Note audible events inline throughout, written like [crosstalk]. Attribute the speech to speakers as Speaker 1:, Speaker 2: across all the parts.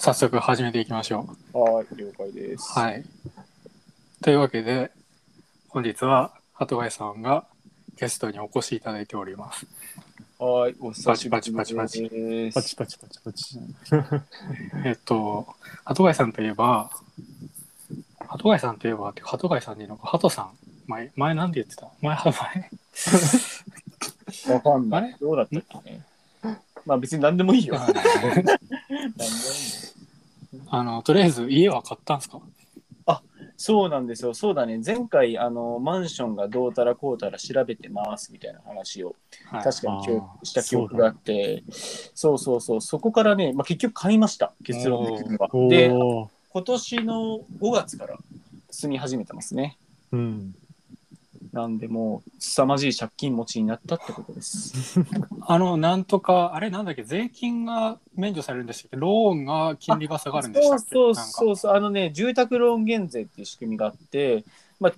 Speaker 1: 早速始めていきましょう。
Speaker 2: はい、了解です。い。
Speaker 1: はい。というわけで、本日は、鳩貝さんがゲストにお越しいただいております。
Speaker 2: はい、お久しぶ
Speaker 1: パ
Speaker 2: り
Speaker 1: チパチパチ
Speaker 2: です。
Speaker 3: パチパチパチパチ。
Speaker 1: [laughs] えっと、鳩貝さんといえば、鳩貝さんといえば、って鳩貝さんでいいのか、鳩さん。前、前なんて言ってた前、 [laughs] 前。
Speaker 2: わかんない。どうだったっけね。まあ別に何でもいいよ。何でもいい
Speaker 1: [laughs] あの、とりあえず家は買ったんですか
Speaker 2: [laughs] そうなんですよ。そうだね。前回、あの、マンションがどうたらこうたら調べてますみたいな話を、
Speaker 1: はい。
Speaker 2: 確かに記憶
Speaker 3: あー
Speaker 2: した記憶があって、そうそうそう、そこからね、まあ結局買いました。結論的には。
Speaker 3: お
Speaker 2: で、
Speaker 3: ー
Speaker 2: 今年の5月から住み始めてますね。
Speaker 3: うん。
Speaker 2: なんでもう、凄まじい借金持ちになったってことです。
Speaker 1: あの、なんとか、あれなんだっけ、税金が免除されるんでしたっけローンが金利が下がるんでしたっけ
Speaker 2: そう
Speaker 1: なんか
Speaker 2: そうそう、あのね、住宅ローン減税っていう仕組みがあって、まあ、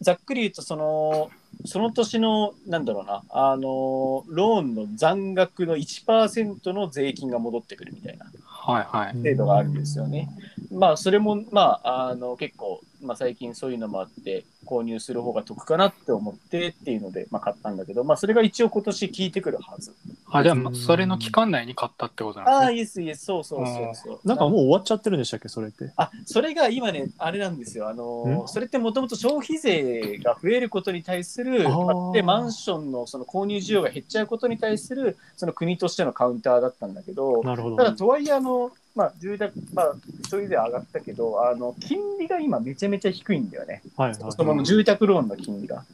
Speaker 2: ざっくり言うとその、その年の、なんだろうな、あの、ローンの残額の1%の税金が戻ってくるみたいな
Speaker 1: はいはい。
Speaker 2: 制度があるんですよね。まあ、それも、まあ、あの、結構、まあ、最近そういうのもあって、購入する方が得かなって思ってっていうので、まあ、買ったんだけど、まあ、それが一応今年効いてくるはず。
Speaker 1: あ、じゃあ、ま
Speaker 3: うん
Speaker 1: それの期間内に買ったってこと
Speaker 2: あ
Speaker 1: なんで
Speaker 2: あ、
Speaker 1: すね。
Speaker 2: イエスイエス、そうそうそうそう。
Speaker 3: なんかもう終わっちゃってるんでしたっけ、それって。
Speaker 2: あそれが今ね、あれなんですよ、あのー
Speaker 3: ん
Speaker 2: それってもともと消費税が増えることに対する、
Speaker 3: あー
Speaker 2: でマンションのその購入需要が減っちゃうことに対する、その国としてのカウンターだったんだけど、
Speaker 3: なるほど
Speaker 2: た。だとはいえ、あのまあ、住宅、まあ、消費税上がったけど、あの金利が今、めちゃめちゃ低いんだよね、
Speaker 3: はい
Speaker 2: そ
Speaker 3: は
Speaker 2: の住宅ローンの金利が。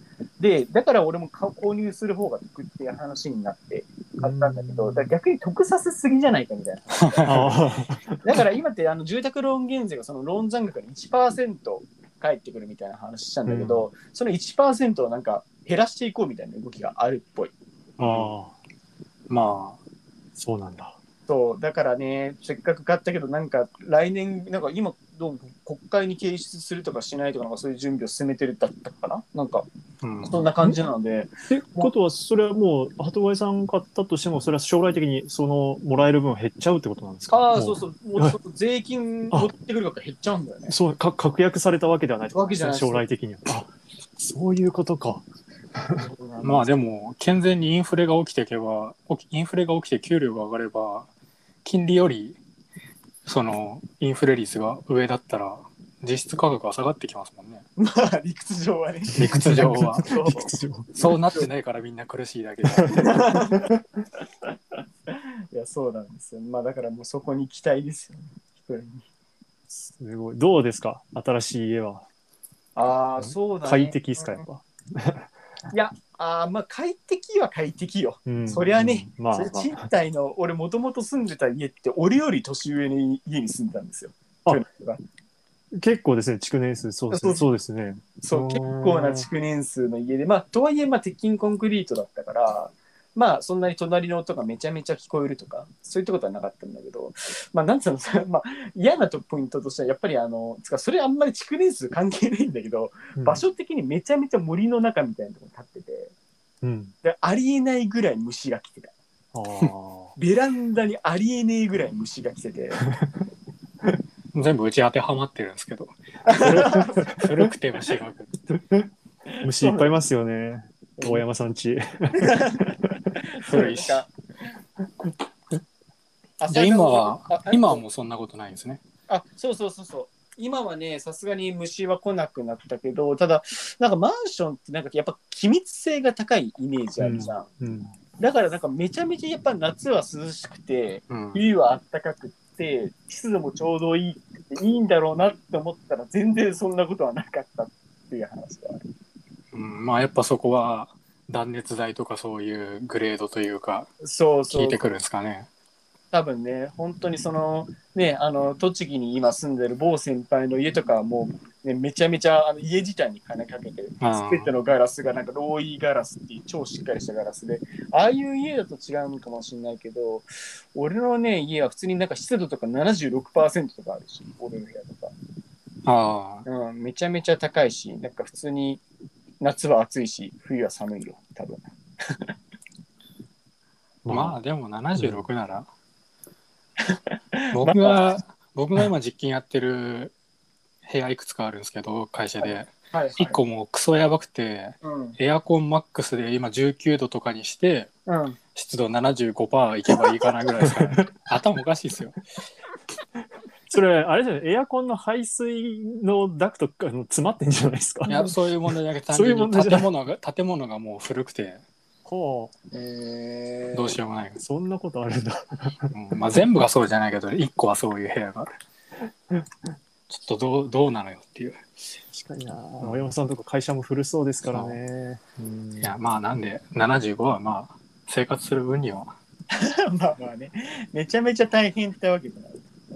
Speaker 2: で、だから俺も買う購入する方が得っていう話になって買ったんだけど、だから逆に得させすぎじゃないかみたいな。
Speaker 3: い。あ
Speaker 2: だから今ってあの住宅ローン減税がそのローン残額の1%返ってくるみたいな話したんだけど、その1%をなんか減らしていこうみたいな動きがあるっぽい。
Speaker 3: あ、ああ
Speaker 1: まあ、
Speaker 3: そうなんだ。
Speaker 2: そうだからね、せっかく買ったけど、なんか来年、なんか今どうも国会に提出するとかしないとか、なんかそういう準備を進めてるだったかな、なんか
Speaker 1: うん、
Speaker 2: そんな感じなので、
Speaker 3: ってことは、それはもう、鳩貝さん買ったとしても、それは将来的に、その、もらえる分減っちゃうってことなんですか
Speaker 2: ああ、そう
Speaker 3: う。
Speaker 2: そう、もうちょっと税金持ってくる額が減っちゃうんだよね。
Speaker 3: そう、か確約されたわけではないってこと
Speaker 2: わけじゃないです
Speaker 3: 将来的には。あそういうことか。
Speaker 1: [laughs]
Speaker 3: [laughs]
Speaker 1: まあでも、健全にインフレが起きていけば、起きインフレが起きて給料が上がれば、金利より、その、インフレ率が上だったら、実質価格は下がってきますもんね。
Speaker 2: [laughs] まあ、理屈上はね。
Speaker 1: 理屈上は。
Speaker 2: [laughs] そう
Speaker 1: そうなってないからみんな苦しいだけで。
Speaker 2: いや、そうなんですよ。まあ、だからもうそこに期待ですよね。一人に
Speaker 3: すごい。どうですか新しい家は。
Speaker 2: ああ、そうだ、ね。
Speaker 3: 快適ですか、やっぱ。
Speaker 2: いや、ああ、まあ、快適は快適よ。
Speaker 3: うん
Speaker 2: そりゃね、
Speaker 3: うんまあ
Speaker 2: それ、賃貸の、俺もともと住んでた家って、俺より年上の家に住んでたんですよ。
Speaker 3: あ
Speaker 2: 去年は
Speaker 3: 結構ですね、築年数、そうですね。そうですね。
Speaker 2: そうう、
Speaker 3: ん
Speaker 2: 結構な築年数の家で、まあ、とはいえ、まあ、鉄筋コンクリートだったから、まあ、そんなに隣の音がめちゃめちゃ聞こえるとか、そういったことはなかったんだけど、まあ、なんつうの、 [laughs] それまあ、嫌なとポイントとしては、やっぱり、あの、つか、それあんまり築年数関係ないんだけど、場所的にめちゃめちゃ森の中みたいなところに立ってて、
Speaker 3: うん。
Speaker 2: でありえないぐらい虫が来てた。
Speaker 3: ああ。
Speaker 2: ベランダにありえねえぐらい虫が来てて、
Speaker 1: 全部うち当てはまってるんですけど。古くても違う。
Speaker 3: 虫いっぱいいますよね。大山さんち。
Speaker 1: 古いし。
Speaker 2: なんか
Speaker 1: じゃあ今は
Speaker 2: ああ
Speaker 1: 今はもうそんなことないんですね。
Speaker 2: あそうそうそうそう今はねさすがに虫は来なくなったけどただなんかマンションってなんかやっぱ気密性が高いイメージあるじゃん、
Speaker 3: うん。
Speaker 2: だからなんかめちゃめちゃやっぱ夏は涼しくて
Speaker 1: うん。
Speaker 2: 冬は暖かくて湿度もちょうどいいっていいんだろうなって思ったら全然そんなことはなかったっていう話がある
Speaker 1: うんまあやっぱそこは、断熱材とかそういうグレードというか、
Speaker 2: そう
Speaker 1: 効いてくるんですかね。
Speaker 2: 多分ね、本当にその、ね、あの、栃木に今住んでる某先輩の家とかはもう、ね、めちゃめちゃあの家自体に金かけて、す
Speaker 1: あー
Speaker 2: べてのガラスがなんかローイーガラスっていう超しっかりしたガラスで、ああいう家だと違うのかもしれないけど、俺のね、家は普通になんか湿度とか76%とかあるし、俺の部屋とか。
Speaker 1: ああ、
Speaker 2: うん、めちゃめちゃ高いし、なんか普通に夏は暑いし、冬は寒いよ、多分。
Speaker 1: まあ
Speaker 3: ま
Speaker 1: でも76なら、僕が僕が今実験やってる部屋いくつかあるんですけど、会社で。
Speaker 2: はい、
Speaker 1: 1個もうクソやばくて、
Speaker 2: うん。
Speaker 1: エアコンマックスで今19度とかにして、
Speaker 2: うん。
Speaker 1: 湿度75%いけばいいかなぐらいですか
Speaker 3: [laughs]
Speaker 1: ね。頭おかしいですよ。
Speaker 3: それ、あれじゃないエアコンの排水のダクトあの詰まってんじゃないですか
Speaker 1: い。や、そういう問題じゃなくて、単
Speaker 3: そうい
Speaker 1: 純
Speaker 3: う
Speaker 1: に
Speaker 3: 問題じゃない
Speaker 1: 建物が、建物がもう古くて、
Speaker 3: ほ
Speaker 2: えー、
Speaker 1: どうしようもないで
Speaker 3: [laughs] う、
Speaker 1: す。
Speaker 3: そんなことあるんだ。
Speaker 1: うんまあ、全部がそうじゃないけど、1個はそういう部屋がある。ちょっとどう、どうなのよっていう。
Speaker 3: 確かにな。青山さんとか会社も古そうですからね。
Speaker 1: いや、まあなんで、75はまあ、生活する分には。
Speaker 2: [laughs] まあまあね、めちゃめちゃ大変ってわけじゃない。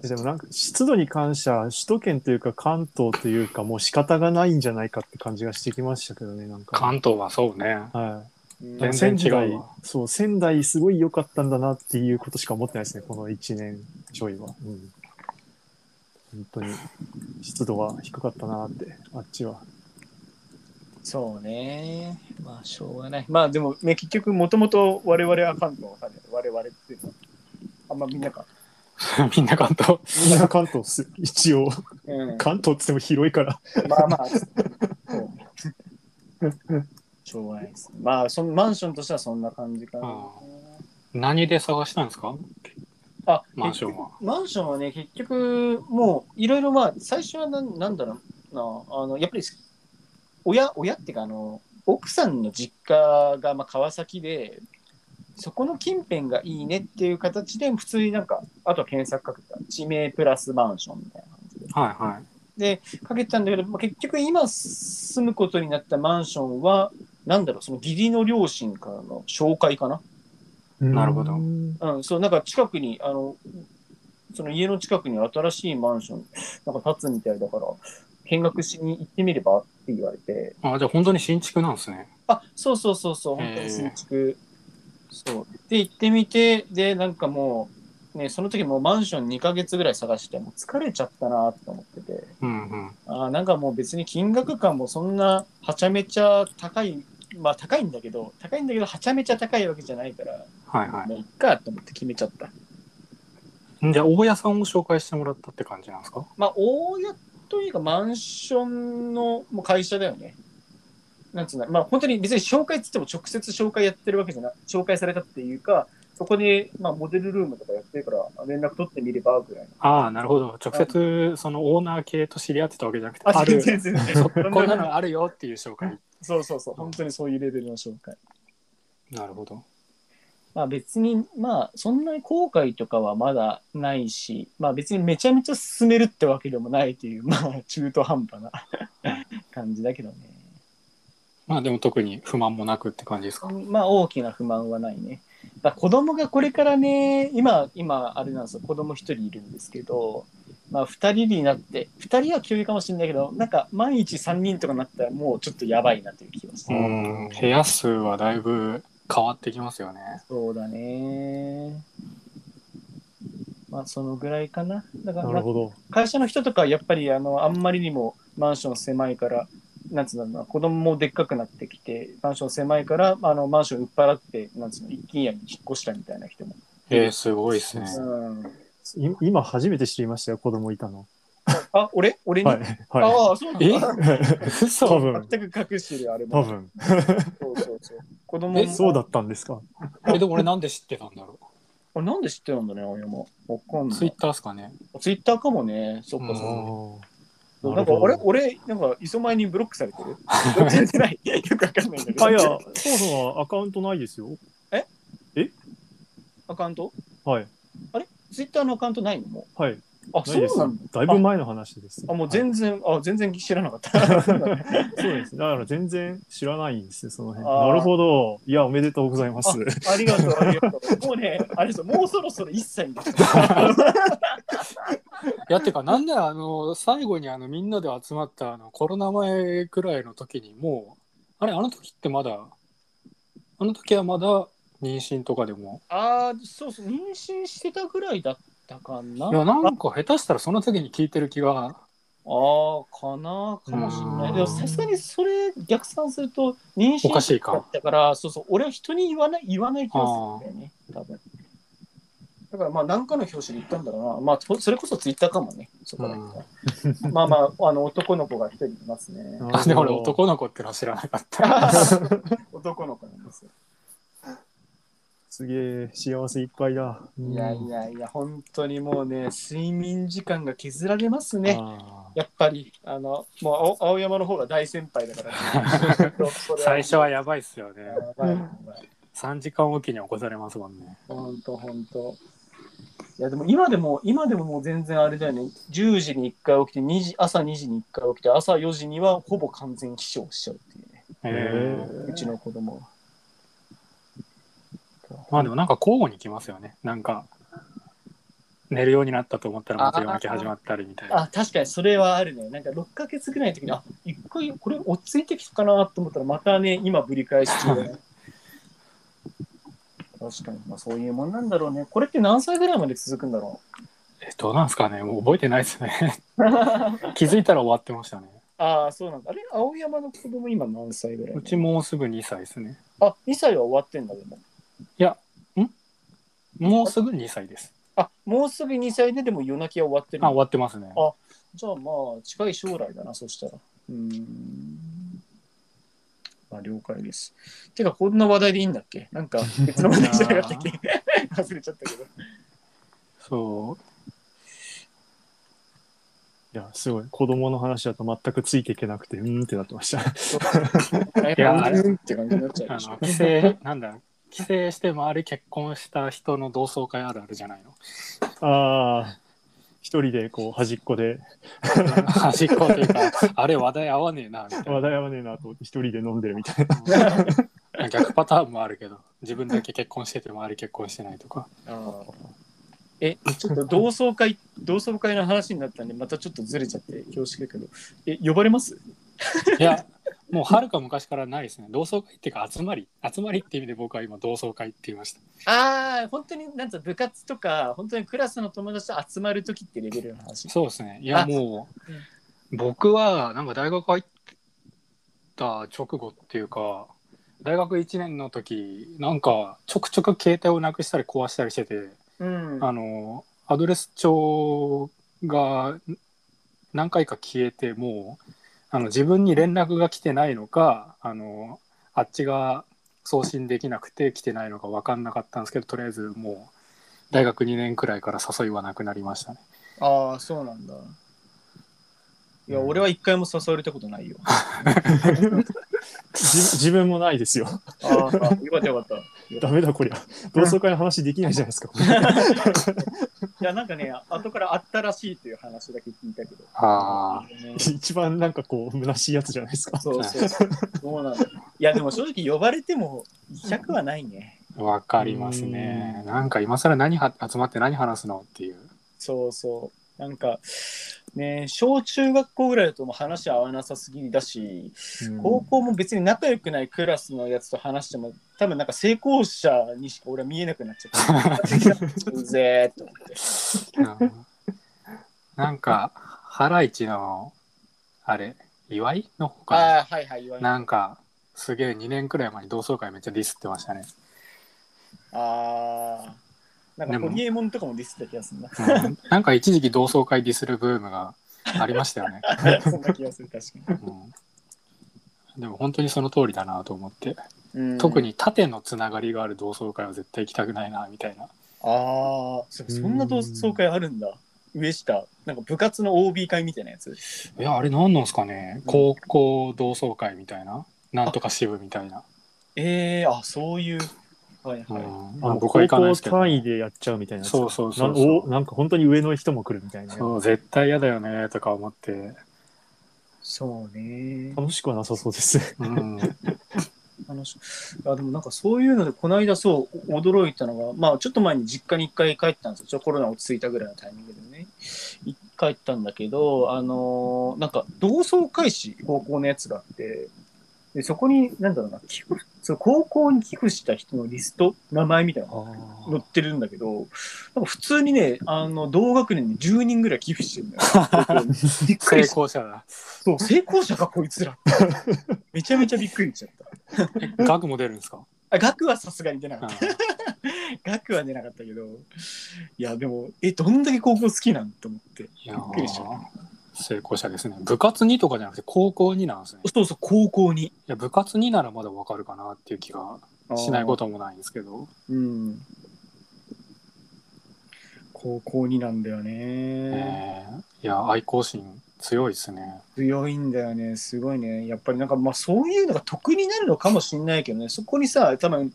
Speaker 3: でもなんか湿度に関しては首都圏というか関東というかもう仕方がないんじゃないかって感じがしてきましたけどね、なんか。
Speaker 1: 関東はそうね。
Speaker 3: は
Speaker 2: うん
Speaker 1: 全
Speaker 3: い。
Speaker 1: 然
Speaker 3: 仙台
Speaker 1: 違うわ
Speaker 3: そう、仙台すごい良かったんだなっていうことしか思ってないですね、この1年ちょいは。うん。本当に湿度は低かったなって、あっちは。
Speaker 2: そうね。まあ、しょうがない。まあ、でも、ね、結局、もともと我々は関東さんで、我々っていうのは、あんまみんなか。
Speaker 1: [laughs] みんな関東。
Speaker 3: みんな関東っす、 [laughs] 一応。
Speaker 2: うん、
Speaker 3: 関東っつっても広いから。
Speaker 2: まあま
Speaker 1: [laughs]
Speaker 2: あ、そうしょうがないです。まあ、そのマンションとしてはそんな感じかな。
Speaker 1: 何で探したんですか
Speaker 2: あ、
Speaker 1: マンションは。
Speaker 2: マンションはね、結局、もう、いろいろまあ、最初はなんなんだろうな、あの、やっぱり、親、親っていうか、あの、奥さんの実家がまあ川崎で、そこの近辺がいいねっていう形で、普通になんか、あとは検索かけた。地名プラスマンションみたいな感じで。
Speaker 1: はいはい。
Speaker 2: かけてたんだけど、まあ、結局今住むことになったマンションは、なんだろう、その義理の両親からの紹介かな。
Speaker 1: なるほど
Speaker 3: うん
Speaker 2: うん、そう、なんか近くに、あの、その家の近くに新しいマンション、なんか建つみたいだから、見学しに行ってみればって言われて、
Speaker 1: あ、じゃあ本当に新築なんですね。
Speaker 2: あ、そうそうそうそう、本当に新築。そう。で、行ってみて、で、なんかもう、ね、その時もうマンション2ヶ月ぐらい探して、もう疲れちゃったなって思ってて、
Speaker 1: うんうん。
Speaker 2: あーなんかもう別に金額感もそんな、はちゃめちゃ高い、まあ高いんだけど、高いんだけど、はちゃめちゃ高いわけじゃないから、
Speaker 1: はいは
Speaker 2: もういっかと思って決めちゃった。
Speaker 1: い。じゃあ大家さんを紹介してもらったって感じなんですか
Speaker 2: まあ、大家というか、マンションのもう会社だよね。なんつうんだ、まあ、本当に別に紹介っつっても直接紹介やってるわけじゃない、紹介されたっていうか、そこで、まあ、モデルルームとかやってるから、連絡取ってみればぐらいの。
Speaker 1: ああ、なるほど。直接、そのオーナー系と知り合ってたわけじゃなくて、あ
Speaker 2: 全
Speaker 1: る、
Speaker 2: 然全然
Speaker 1: [laughs] そこんなのあるよっていう紹介。
Speaker 2: そうそうそう、本当にそういうレベルの紹介。
Speaker 1: なるほど。
Speaker 2: まあ別に、まあそんなに後悔とかはまだないし、まあ別にめちゃめちゃ進めるってわけでもないという、まあ中途半端な [laughs] 感じだけどね。
Speaker 1: まあでも特に不満もなくって感じですか。
Speaker 2: まあ大きな不満はないね。だから子供がこれからね、今、今、あれなんですよ、子供一人いるんですけど、まあ二人になって、二人は急いかもしれないけど、なんか毎日三人とかになったらもうちょっとやばいなという気がして。
Speaker 1: うん。部屋数はだいぶ変わってきますよね。
Speaker 2: そうだね。まあそのぐらいかな。だから
Speaker 3: な
Speaker 2: ま
Speaker 3: る
Speaker 2: あ
Speaker 3: ほど。
Speaker 2: 会社の人とかはやっぱりあの、あんまりにもマンション狭いから、なんつうんだろうな、子供もでっかくなってきて、マンション狭いから、あの、マンション売っ払って、なんつうの、一軒家に引っ越したみたいな人も
Speaker 1: えー、すごいですね。
Speaker 2: うん
Speaker 3: い今初めて知りましたよ、子供いたの。
Speaker 2: あ、俺俺に、
Speaker 3: はい。は
Speaker 2: ああ、そうなん
Speaker 1: え
Speaker 2: だ。
Speaker 3: い。多
Speaker 1: 嘘
Speaker 3: 分、
Speaker 2: [laughs] 全く隠してる、あれ
Speaker 3: 多
Speaker 2: も。
Speaker 3: 分。
Speaker 2: そうそうそう。子供も
Speaker 1: え
Speaker 3: そうだったんですか。
Speaker 1: え、でも俺なんで知ってたんだろ
Speaker 2: あなんで知ってるんだね、俺も。わかん
Speaker 1: う。
Speaker 2: な
Speaker 1: ツイ
Speaker 2: い
Speaker 1: ッ。ターですかね。
Speaker 2: ツイッターかもね。そっか
Speaker 1: う
Speaker 2: そ
Speaker 1: ん
Speaker 2: っか。な
Speaker 3: なる
Speaker 2: んか、
Speaker 3: ほど
Speaker 2: 俺、俺、なんか、磯前にブロックされてるブロックされてない。よくわかんないんだけど。
Speaker 3: あ、いや、そもそもアカウントないですよ。
Speaker 2: アカウント
Speaker 3: はい。
Speaker 2: ツイッターのアカウントないのも
Speaker 3: はい。
Speaker 2: うあ、
Speaker 3: な
Speaker 2: そ
Speaker 3: いうです
Speaker 2: なんだ。。
Speaker 3: だいぶ前の話です。
Speaker 2: あ、もう
Speaker 3: はい
Speaker 2: 全然、あ、全然知らなかった。 [laughs] そうなんだ
Speaker 3: そうです。だから全然知らないんですよ、その辺。
Speaker 2: あー
Speaker 3: なるほど。いや、おめでとうございます。
Speaker 2: ありがとう、ありがとう。もうね、あれですよもうそろそろ1歳になる。
Speaker 1: いや、てか、なんなら、あの、最後に、あの、みんなで集まった、あの、コロナ前くらいの時に、もう、あれ、あの時ってまだ、あの時はまだ妊娠とかでも、。
Speaker 2: ああ、そうそう、妊娠してたぐらいだったかない
Speaker 1: や、なんか下手したらその時に聞いてる気が、
Speaker 2: ああ、かな、かもしれな
Speaker 1: う
Speaker 2: い。
Speaker 1: ん
Speaker 2: でもさすがにそれ逆算すると妊
Speaker 1: おか
Speaker 2: 娠
Speaker 1: しい
Speaker 2: だ
Speaker 1: か
Speaker 2: っ。たから、そうそう、俺は人に言わない、言わない気がするんだよね、多分。だからまあ何かの表紙で言ったんだろうな。まあそそれこそツイッターかもね。そこら辺が。まあまあ、あ [laughs] の男の子が一人いますね。
Speaker 1: あで俺男の子ってのは知らなかった。
Speaker 2: 男の子なんですよ。
Speaker 3: すげえ、幸せいっぱいだ。
Speaker 2: いやい
Speaker 3: や
Speaker 2: やいや、本当にもうね、睡眠時間が削られますね。やっぱり、あの、もう青青山の方が大先輩だ
Speaker 1: [laughs]
Speaker 2: から。
Speaker 1: 最初はやばいっすよね。
Speaker 2: やばいやばい。
Speaker 1: 3時間おきに起こされますもんね。
Speaker 2: ほんとほんと。いやでも今でも、今でももう全然あれだよね。10時に1回起きて、2時、朝2時に1回起きて、朝4時にはほぼ完全起床しちゃうっていうね。
Speaker 1: えー
Speaker 3: へ
Speaker 2: うちの子供は。
Speaker 1: まあでもなんか交互に来ますよね。なんか寝るようになったと思ったらまた夜泣き始まったりみたいな。
Speaker 2: あ、確かにそれはあるね。なんか6ヶ月ぐらいの時に、あ、一回これ落ち着いてきたかなと思ったら、またね、今ぶり返し中だね
Speaker 1: [laughs]
Speaker 2: 確かに、まあそういうもんなんだろうね。これって何歳ぐらいまで続くんだろ
Speaker 1: えどうなんですかねもう覚えてないですね。 [laughs]
Speaker 2: う
Speaker 1: 気づいたら終わってましたね。
Speaker 2: ああ、そうなんだ。あれ青山の子供今何歳ぐらいう
Speaker 1: ちもうすぐ2歳ですね。
Speaker 2: あ、2歳は終わってんだ、でも。
Speaker 1: もうすぐ2歳です。
Speaker 2: あ、もうすぐ2歳ででも夜泣きは終わってる
Speaker 1: あ、。終わってますね。
Speaker 2: あじゃあまあ、近い将来だな、そしたら。うーん。まあ、了解です。てか、こんな話題でいいんだっけなんか、別の話題じゃなかった
Speaker 1: [laughs]
Speaker 2: っけ忘れちゃったけど。
Speaker 1: そう。
Speaker 3: いや、すごい。子供の話だと全くついていけなくて、うーんってなって
Speaker 1: [laughs]
Speaker 3: ました。
Speaker 2: い
Speaker 1: やあ
Speaker 2: う
Speaker 1: れ
Speaker 2: ーんって感じになっちゃ
Speaker 1: あ
Speaker 2: うでしょ
Speaker 1: の、
Speaker 2: [laughs]
Speaker 1: 帰省、なんだろう。帰省して周り結婚した人の同窓会あるあるじゃないの。
Speaker 3: ああ、一人でこう端っこで、
Speaker 1: 端っこという
Speaker 2: [laughs]
Speaker 1: か、あれ話題合わねえな、みたいな
Speaker 3: 話。題合わねえなと思って一人で飲んでるみたいな。
Speaker 1: 逆パターンもあるけど自分だけ結婚してて周り結婚してないとか
Speaker 2: あーえ、ちょっと同窓会、同窓会の話になったんで、またちょっとずれちゃって恐縮だけど、え、呼ばれます
Speaker 1: いやもうはるか昔からないですね同窓会っていうか集まり集まりっていう意味で僕は今同窓会って言いました
Speaker 2: ああ、本当になんつうの部活とか、本当にクラスの友達と集まるときってレベルの話。
Speaker 1: そうですねいや
Speaker 2: あ
Speaker 1: もう僕はなんか大学入った直後っていうか大学1年の時なんかちょくちょく携帯をなくしたり壊したりしてて
Speaker 2: うん
Speaker 1: あのアドレス帳が何回か消えてもうあの自分に連絡が来てないのかあのあっちが送信できなくて来てないのか分かんなかったんですけどとりあえずもう大学2年くらいから誘いはなくなりましたね。
Speaker 2: ああ、そうなんだ。いや、
Speaker 3: うん
Speaker 2: 俺は一回も誘われたことないよ。
Speaker 1: [laughs]
Speaker 3: 自自分もないですよ。
Speaker 2: ああ、よかったよかった。い
Speaker 3: ダメだこりゃ。同窓会の話できないじゃないで
Speaker 1: [laughs]
Speaker 3: すか。
Speaker 2: や、なんかね、後からあったらしいという話だけ聞いたけど。
Speaker 1: あ
Speaker 2: ね
Speaker 3: 一番なんかこう、虚しいやつじゃないですか。
Speaker 2: そうそうそう。そうなんだ。いや、でも正直呼ばれても100はないね。
Speaker 1: あ分かりますね
Speaker 3: う。ん
Speaker 1: なんか今更何は集まって何話すのっていう。
Speaker 2: そうそう。なんか、ね、小中学校ぐらいだともう話合わなさすぎだし、高校も別に仲良くないクラスのやつと話しても多分なんか成功者にしか俺は見えなくなっち
Speaker 1: [laughs]
Speaker 2: ゃってうぜーっと思っ
Speaker 1: う
Speaker 2: て
Speaker 1: んなんかハライチのあれ祝いの方かな
Speaker 2: ああはいはい言わない
Speaker 1: なんか、すげえ2年くらい前に同窓会めっちゃディスってましたね。
Speaker 2: ああなんかホリエモンとかもディスってた気がするな
Speaker 1: うんなんか一時期同窓会ディスるブームがありました
Speaker 3: [laughs]
Speaker 1: よね。
Speaker 2: そんな気がする確か
Speaker 1: うん、でも本当にその通りだなと思って、
Speaker 2: に、うん
Speaker 1: 特に縦のつながりがある同窓会は絶対行きたくないなみたいな。
Speaker 2: ああそそんな同窓会あるんだ上下なんか部活の OB 会みたいなやつ
Speaker 1: いや、あれ何なんすかね高校同窓会みたいな。なんとか支部みたいな。
Speaker 2: えー、あそういうはい
Speaker 1: うん
Speaker 2: はい、
Speaker 1: ま
Speaker 3: あ
Speaker 1: あ
Speaker 3: の
Speaker 1: 僕は
Speaker 3: 高
Speaker 1: 行かないで
Speaker 3: 校
Speaker 1: すけど
Speaker 3: 単。位でやっちゃうみたいなやつ
Speaker 1: そうそう
Speaker 3: な
Speaker 1: そ
Speaker 3: ん
Speaker 1: うそ
Speaker 3: お
Speaker 1: う。
Speaker 3: なんか本当に上の人も来るみたいな。
Speaker 1: そう絶対嫌だよねとか思って、
Speaker 2: そうね
Speaker 3: 楽しくはなさそうです。 [laughs]
Speaker 1: うん、
Speaker 2: 楽しいやでもなんかそういうのでこの間そうお驚いたのがまあちょっと前に実家に一回帰ったんですよちょコロナ落ち着いたぐらいのタイミングでね一回帰ったんだけどあのーなんか同窓会誌高校のやつがあってでそこになんだろうな寄付その高校に寄付した人のリスト名前みたいなのが載ってるんだけどなんか普通にねあの同学年に10人ぐらい寄付してるんだよ
Speaker 1: [laughs]
Speaker 2: びっく
Speaker 1: 成
Speaker 2: りした
Speaker 1: 功者だ。 [laughs]
Speaker 2: そう成功者かこいつらめちゃめちゃびっくりしちゃった
Speaker 3: [laughs]
Speaker 1: え額も出るんですか、
Speaker 2: あ額はさすがに出な
Speaker 1: う
Speaker 2: かっ
Speaker 1: ん
Speaker 2: た額は出なかったけど、いや、でも、え、どんだけ高校好きなんと思って。
Speaker 1: いや
Speaker 2: びっくりした
Speaker 1: ー成功者ですね。部活にとかじゃなくて高校になんです [laughs] ね。い
Speaker 2: そうそう、高校に。
Speaker 1: や、部活にならまだわかるかなっていう気がしないこともないんですけど。
Speaker 2: うん。高校になんだよね。
Speaker 1: えーいや、愛好心強いですね。
Speaker 2: 強いんだよね。すごいね。やっぱりなんか、まあそういうのが得になるのかもしれないけどね。そこにさ、多分、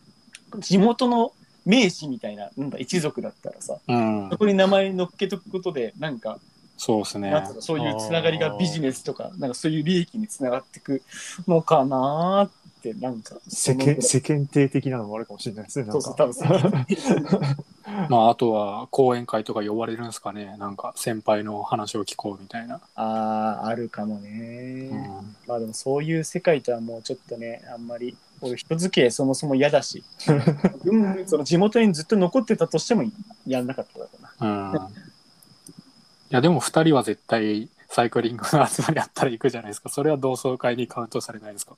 Speaker 2: 地元の名士みたいな、なんだ、一族だったらさ、
Speaker 1: うん
Speaker 2: そ。こに名前乗っけとくことで、なんか、
Speaker 1: そうです
Speaker 2: なん
Speaker 1: ね
Speaker 2: つう。のそういうつながりがビジネスとか、なんかそういう利益につながってくのかなーって、なんか、
Speaker 3: 世間世間体的なのもあるかもしれないですね。な
Speaker 2: そ
Speaker 3: ん
Speaker 2: うそう、
Speaker 3: か
Speaker 2: 多分さ
Speaker 1: まあ、あとは講演会とか呼ばれるんですかね。なんか先輩の話を聞こうみたいな。
Speaker 2: あーあるかもね。
Speaker 1: うん
Speaker 2: まあでもそういう世界とはもうちょっとね、あんまり、俺人付き合いそもそも嫌だし、うん、その地元にずっと残ってたとしてもやんなかっただろうな。
Speaker 1: うん。いや、でも2人は絶対サイクリングの集まりあったら行くじゃないですか。それは同窓会にカウントされないですか。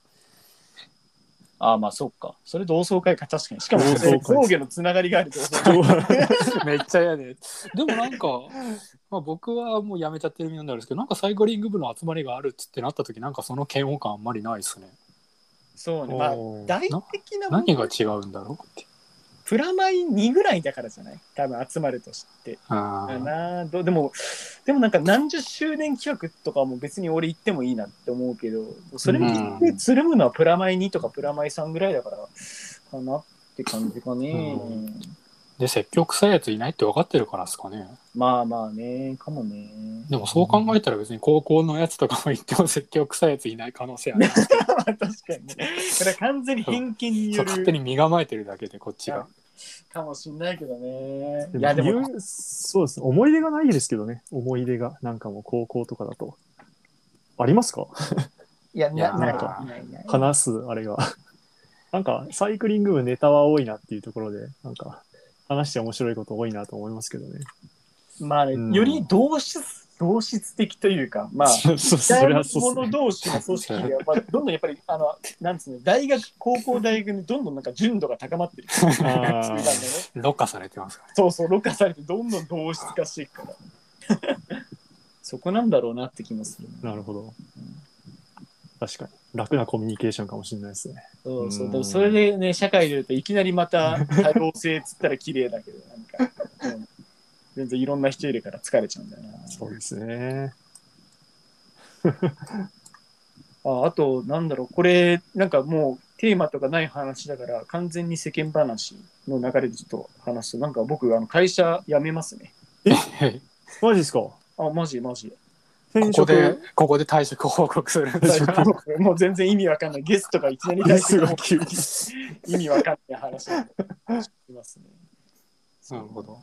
Speaker 2: ああ、まあそうか。それ同窓会か、確かに。しかも
Speaker 3: 同窓会、
Speaker 2: 上下のつながりがある同窓 [laughs] 会
Speaker 1: [laughs] めっちゃ嫌で。でもなんか、まあ、僕はもうやめちゃってる身なんであれですけど、なんかサイクリング部の集まりがあるっつってなった時、なんかその嫌悪感あんまりないですね。
Speaker 2: そうね。まあ、
Speaker 3: おー
Speaker 2: 大的なも
Speaker 1: 何
Speaker 2: の
Speaker 1: が違うんだろうって。
Speaker 2: プラマイ2ぐらいだからじゃない多分集まると知って。
Speaker 1: あ
Speaker 2: だなあどでも、でもなんか何十周年企画とかも別に俺行ってもいいなって思うけど、それも結局つるむのはプラマイ2とかプラマイ3ぐらいだから、かなって感じかね。
Speaker 1: うで、積極臭いやついないって分かってるからですかね。
Speaker 2: まあまあね、かもね。
Speaker 1: でもそう考えたら別に高校のやつとかも行っても積極臭いやついない可能性ある。
Speaker 2: まあ確かにね。これは完全に偏見に
Speaker 1: そう
Speaker 2: よ
Speaker 1: 勝手
Speaker 2: る
Speaker 1: に身構えてるだけでこっちが。
Speaker 2: かもしんないけどね。い
Speaker 3: で
Speaker 2: や
Speaker 3: も
Speaker 2: でも、
Speaker 3: 言うそうですね。思い出がないですけどね。思い出が。なんかもう高校とかだと。ありますか
Speaker 2: いや、
Speaker 1: いや
Speaker 2: なない
Speaker 1: なんか
Speaker 2: ないない
Speaker 3: 話すあれが。 [laughs] なんか、サイクリング部ネタは多いなっていうところで、なんか、話して面白いこと多いなと思いますけどね。
Speaker 2: まあね
Speaker 3: うん
Speaker 2: より同質、同質的というか、まあ、
Speaker 3: [laughs] そうそう、
Speaker 2: そ
Speaker 3: それ
Speaker 2: れ
Speaker 3: は
Speaker 2: は
Speaker 3: そうですね。
Speaker 2: 同士の組織で、まあ、どんどんやっぱり、あの、なんつうの、大学、高校、大学にどんどんなんか純度が高まってる。集団
Speaker 3: あ
Speaker 2: のね
Speaker 3: ー
Speaker 1: ろ過されてますから。
Speaker 2: そうそう、ろ過されて、どんどん同質化していくから。 [laughs] そこなんだろうなって気もするね。
Speaker 3: なるほど。確かに。楽なコミュニケーションかもしれないですね。
Speaker 2: そうそうう、
Speaker 3: ん
Speaker 2: でもそれでね、社会で言うといきなりまた多様性っつったら綺麗だけど、なんか、うん全然いろんな人いるから疲れちゃうんだよな。
Speaker 3: そうですね。
Speaker 2: ああと、なんだろう、これ、なんかもうテーマとかない話だから、完全に世間話の流れでちょっと話すと、なんか僕、あの会社辞めますね。
Speaker 3: マジですか
Speaker 2: あ、マジマジ。
Speaker 3: 転
Speaker 1: ここで、ここで退職報告するんですよ。
Speaker 2: もう全然意味わかんない。ゲストがいきなり
Speaker 3: ゲ
Speaker 2: 出
Speaker 3: ス
Speaker 2: し
Speaker 3: が
Speaker 2: て、
Speaker 3: 急に。
Speaker 2: 意味わかんない話をしてますね。
Speaker 1: [laughs] なるほど。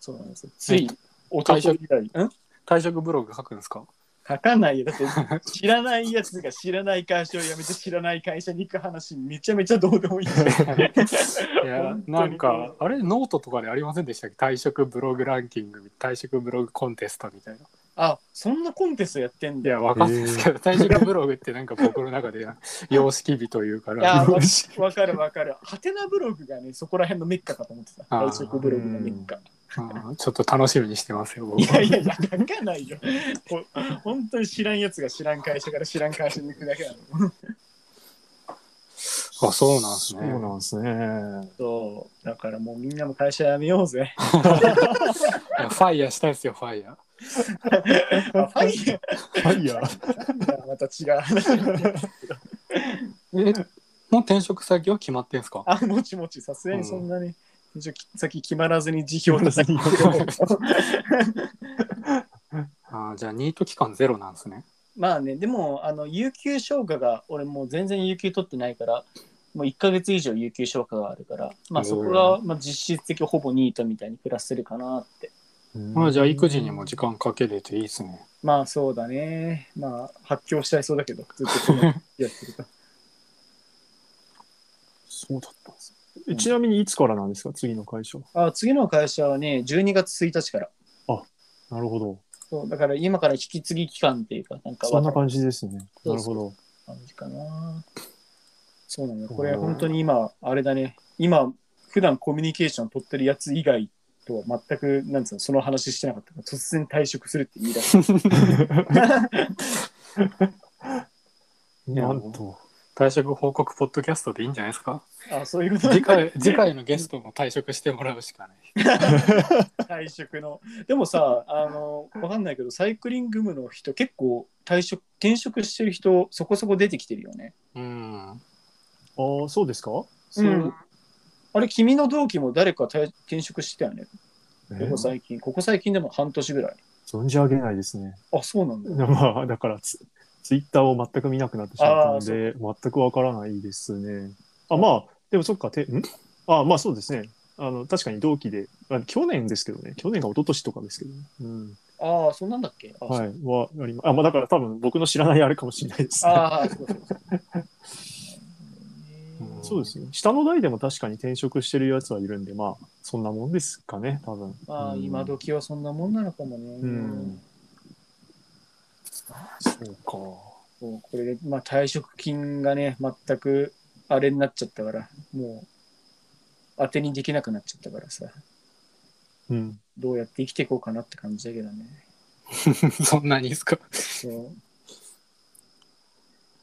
Speaker 2: そうなんですよ。つい、おと
Speaker 1: 会
Speaker 2: と
Speaker 1: 社
Speaker 2: い以来、ん
Speaker 1: 退職ブログ書くんですか
Speaker 2: 書かないよ。だって、知らないやつが知らない会社を辞めて、知らない会社に行く話、めちゃめちゃどうでもいい。
Speaker 1: [laughs] い
Speaker 2: 本
Speaker 1: や
Speaker 2: 当に
Speaker 1: なんかあれノートとかでありませんでしたっけ退職ブログランキング退職ブログコンテストみたいな
Speaker 2: あ、そんなコンテストやってん
Speaker 1: い
Speaker 2: だ
Speaker 1: や
Speaker 2: よ。
Speaker 1: わかんないですけど、退職ブログってなんか僕の中で様式美というか
Speaker 2: いや
Speaker 1: ら [laughs]
Speaker 2: わわかるわかる。ハテナブログがね、そこら辺のメッカかと思ってた。
Speaker 1: あー
Speaker 2: 外食ブログのメッカ。
Speaker 1: うんちょっと楽しみにしてますよ僕
Speaker 2: い
Speaker 1: は
Speaker 2: やいやいや、書かないよ。ほ本当に知らんやつが知らん会社から知らん会社に行くだけなの。
Speaker 1: あそうなんです
Speaker 3: そう
Speaker 1: ね
Speaker 3: なんですね。
Speaker 2: そう。だからもうみんなも会社辞めようぜ。
Speaker 1: いやファイヤーしたいですよファイヤー
Speaker 2: あファイヤ
Speaker 3: はいや。
Speaker 2: ーまた違う話。
Speaker 1: えもう転職先は決まってんすか
Speaker 2: あ、もちもち、さすがにそんなに。一応先決まらずに辞表出さ
Speaker 1: [laughs]
Speaker 2: ない
Speaker 1: あーじゃあニート期間ゼロなんですね
Speaker 2: まあね、でも、あの、有給消化が、俺もう全然有給取ってないから、もう1ヶ月以上有給消化があるから、まあそこ
Speaker 1: お
Speaker 2: が、まあ実質的ほぼニートみたいに暮らせるかなって。
Speaker 1: まあじゃあ育児にも時間かけれていいですね
Speaker 2: まあそうだね。まあ発狂しちゃいそうだけど、ずっとこのやってるか。
Speaker 3: そうだったんです。えちなみにいつからなんですか次の会社。 [laughs]
Speaker 2: あ次の会社はね、12月1日から。
Speaker 3: なるほど。
Speaker 2: そうだから今から引き継ぎ期間っていうか、なんか
Speaker 3: そんな感じですね。
Speaker 2: そ
Speaker 3: な
Speaker 2: う
Speaker 3: る
Speaker 2: そ
Speaker 3: ほど。
Speaker 2: 感じかな。そうなのよ。こ
Speaker 3: う
Speaker 2: れ
Speaker 3: ん
Speaker 2: 本当に今、あれだね。今、普段コミュニケーション取ってるやつ以外とは全く、なんつうの、その話してなかったから、突然退職するって言い出す。
Speaker 3: [laughs]
Speaker 1: や
Speaker 3: なんと。
Speaker 1: 退職報告ポッドキャストでいいんじゃないですか
Speaker 2: あ、そういうこと
Speaker 1: 次回、次回のゲストも退職してもらうしかない。
Speaker 2: 退職の。でもさ、あの、わかんないけど、サイクリング部の人、結構退職、転職してる人、そこそこ出てきてるよね。
Speaker 1: うん。
Speaker 3: ああ、そうですか
Speaker 2: そうあれ、君の同期も誰か退転職してたよね。
Speaker 3: え
Speaker 2: ここ最近、ここ最近でも半年ぐらい。
Speaker 3: 存じ上げないですね。
Speaker 2: あ、そうなんだ。
Speaker 3: まあ、だからツ、ツイッターを全く見なくなってしま
Speaker 2: あー
Speaker 3: ったので、全くわからないですね。あ、まあ、でもそっか、て、んあ、まあそうですね。あの、確かに同期で、あ去年ですけどね、去年が一昨年とかですけど、ね、うん。
Speaker 2: ああ、そんなんだっけあ、
Speaker 3: はい、はありまあ、まあだから多分僕の知らないあれかもしれないです、ね。
Speaker 2: ああ、そうそうそう。
Speaker 3: そうですね。下の代でも確かに転職してるやつはいるんで、まあ、そんなもんですかね、多分。
Speaker 2: まあ、
Speaker 3: うん
Speaker 2: 今時はそんなもんなのかもね。
Speaker 3: んそうか。
Speaker 2: もうこれで、まあ、退職金がね、全くあれになっちゃったから、もう当てにできなくなっちゃったからさ、
Speaker 3: うん。
Speaker 2: どうやって生きていこうかなって感じだけどね。
Speaker 1: そんなにですか [laughs]
Speaker 2: そう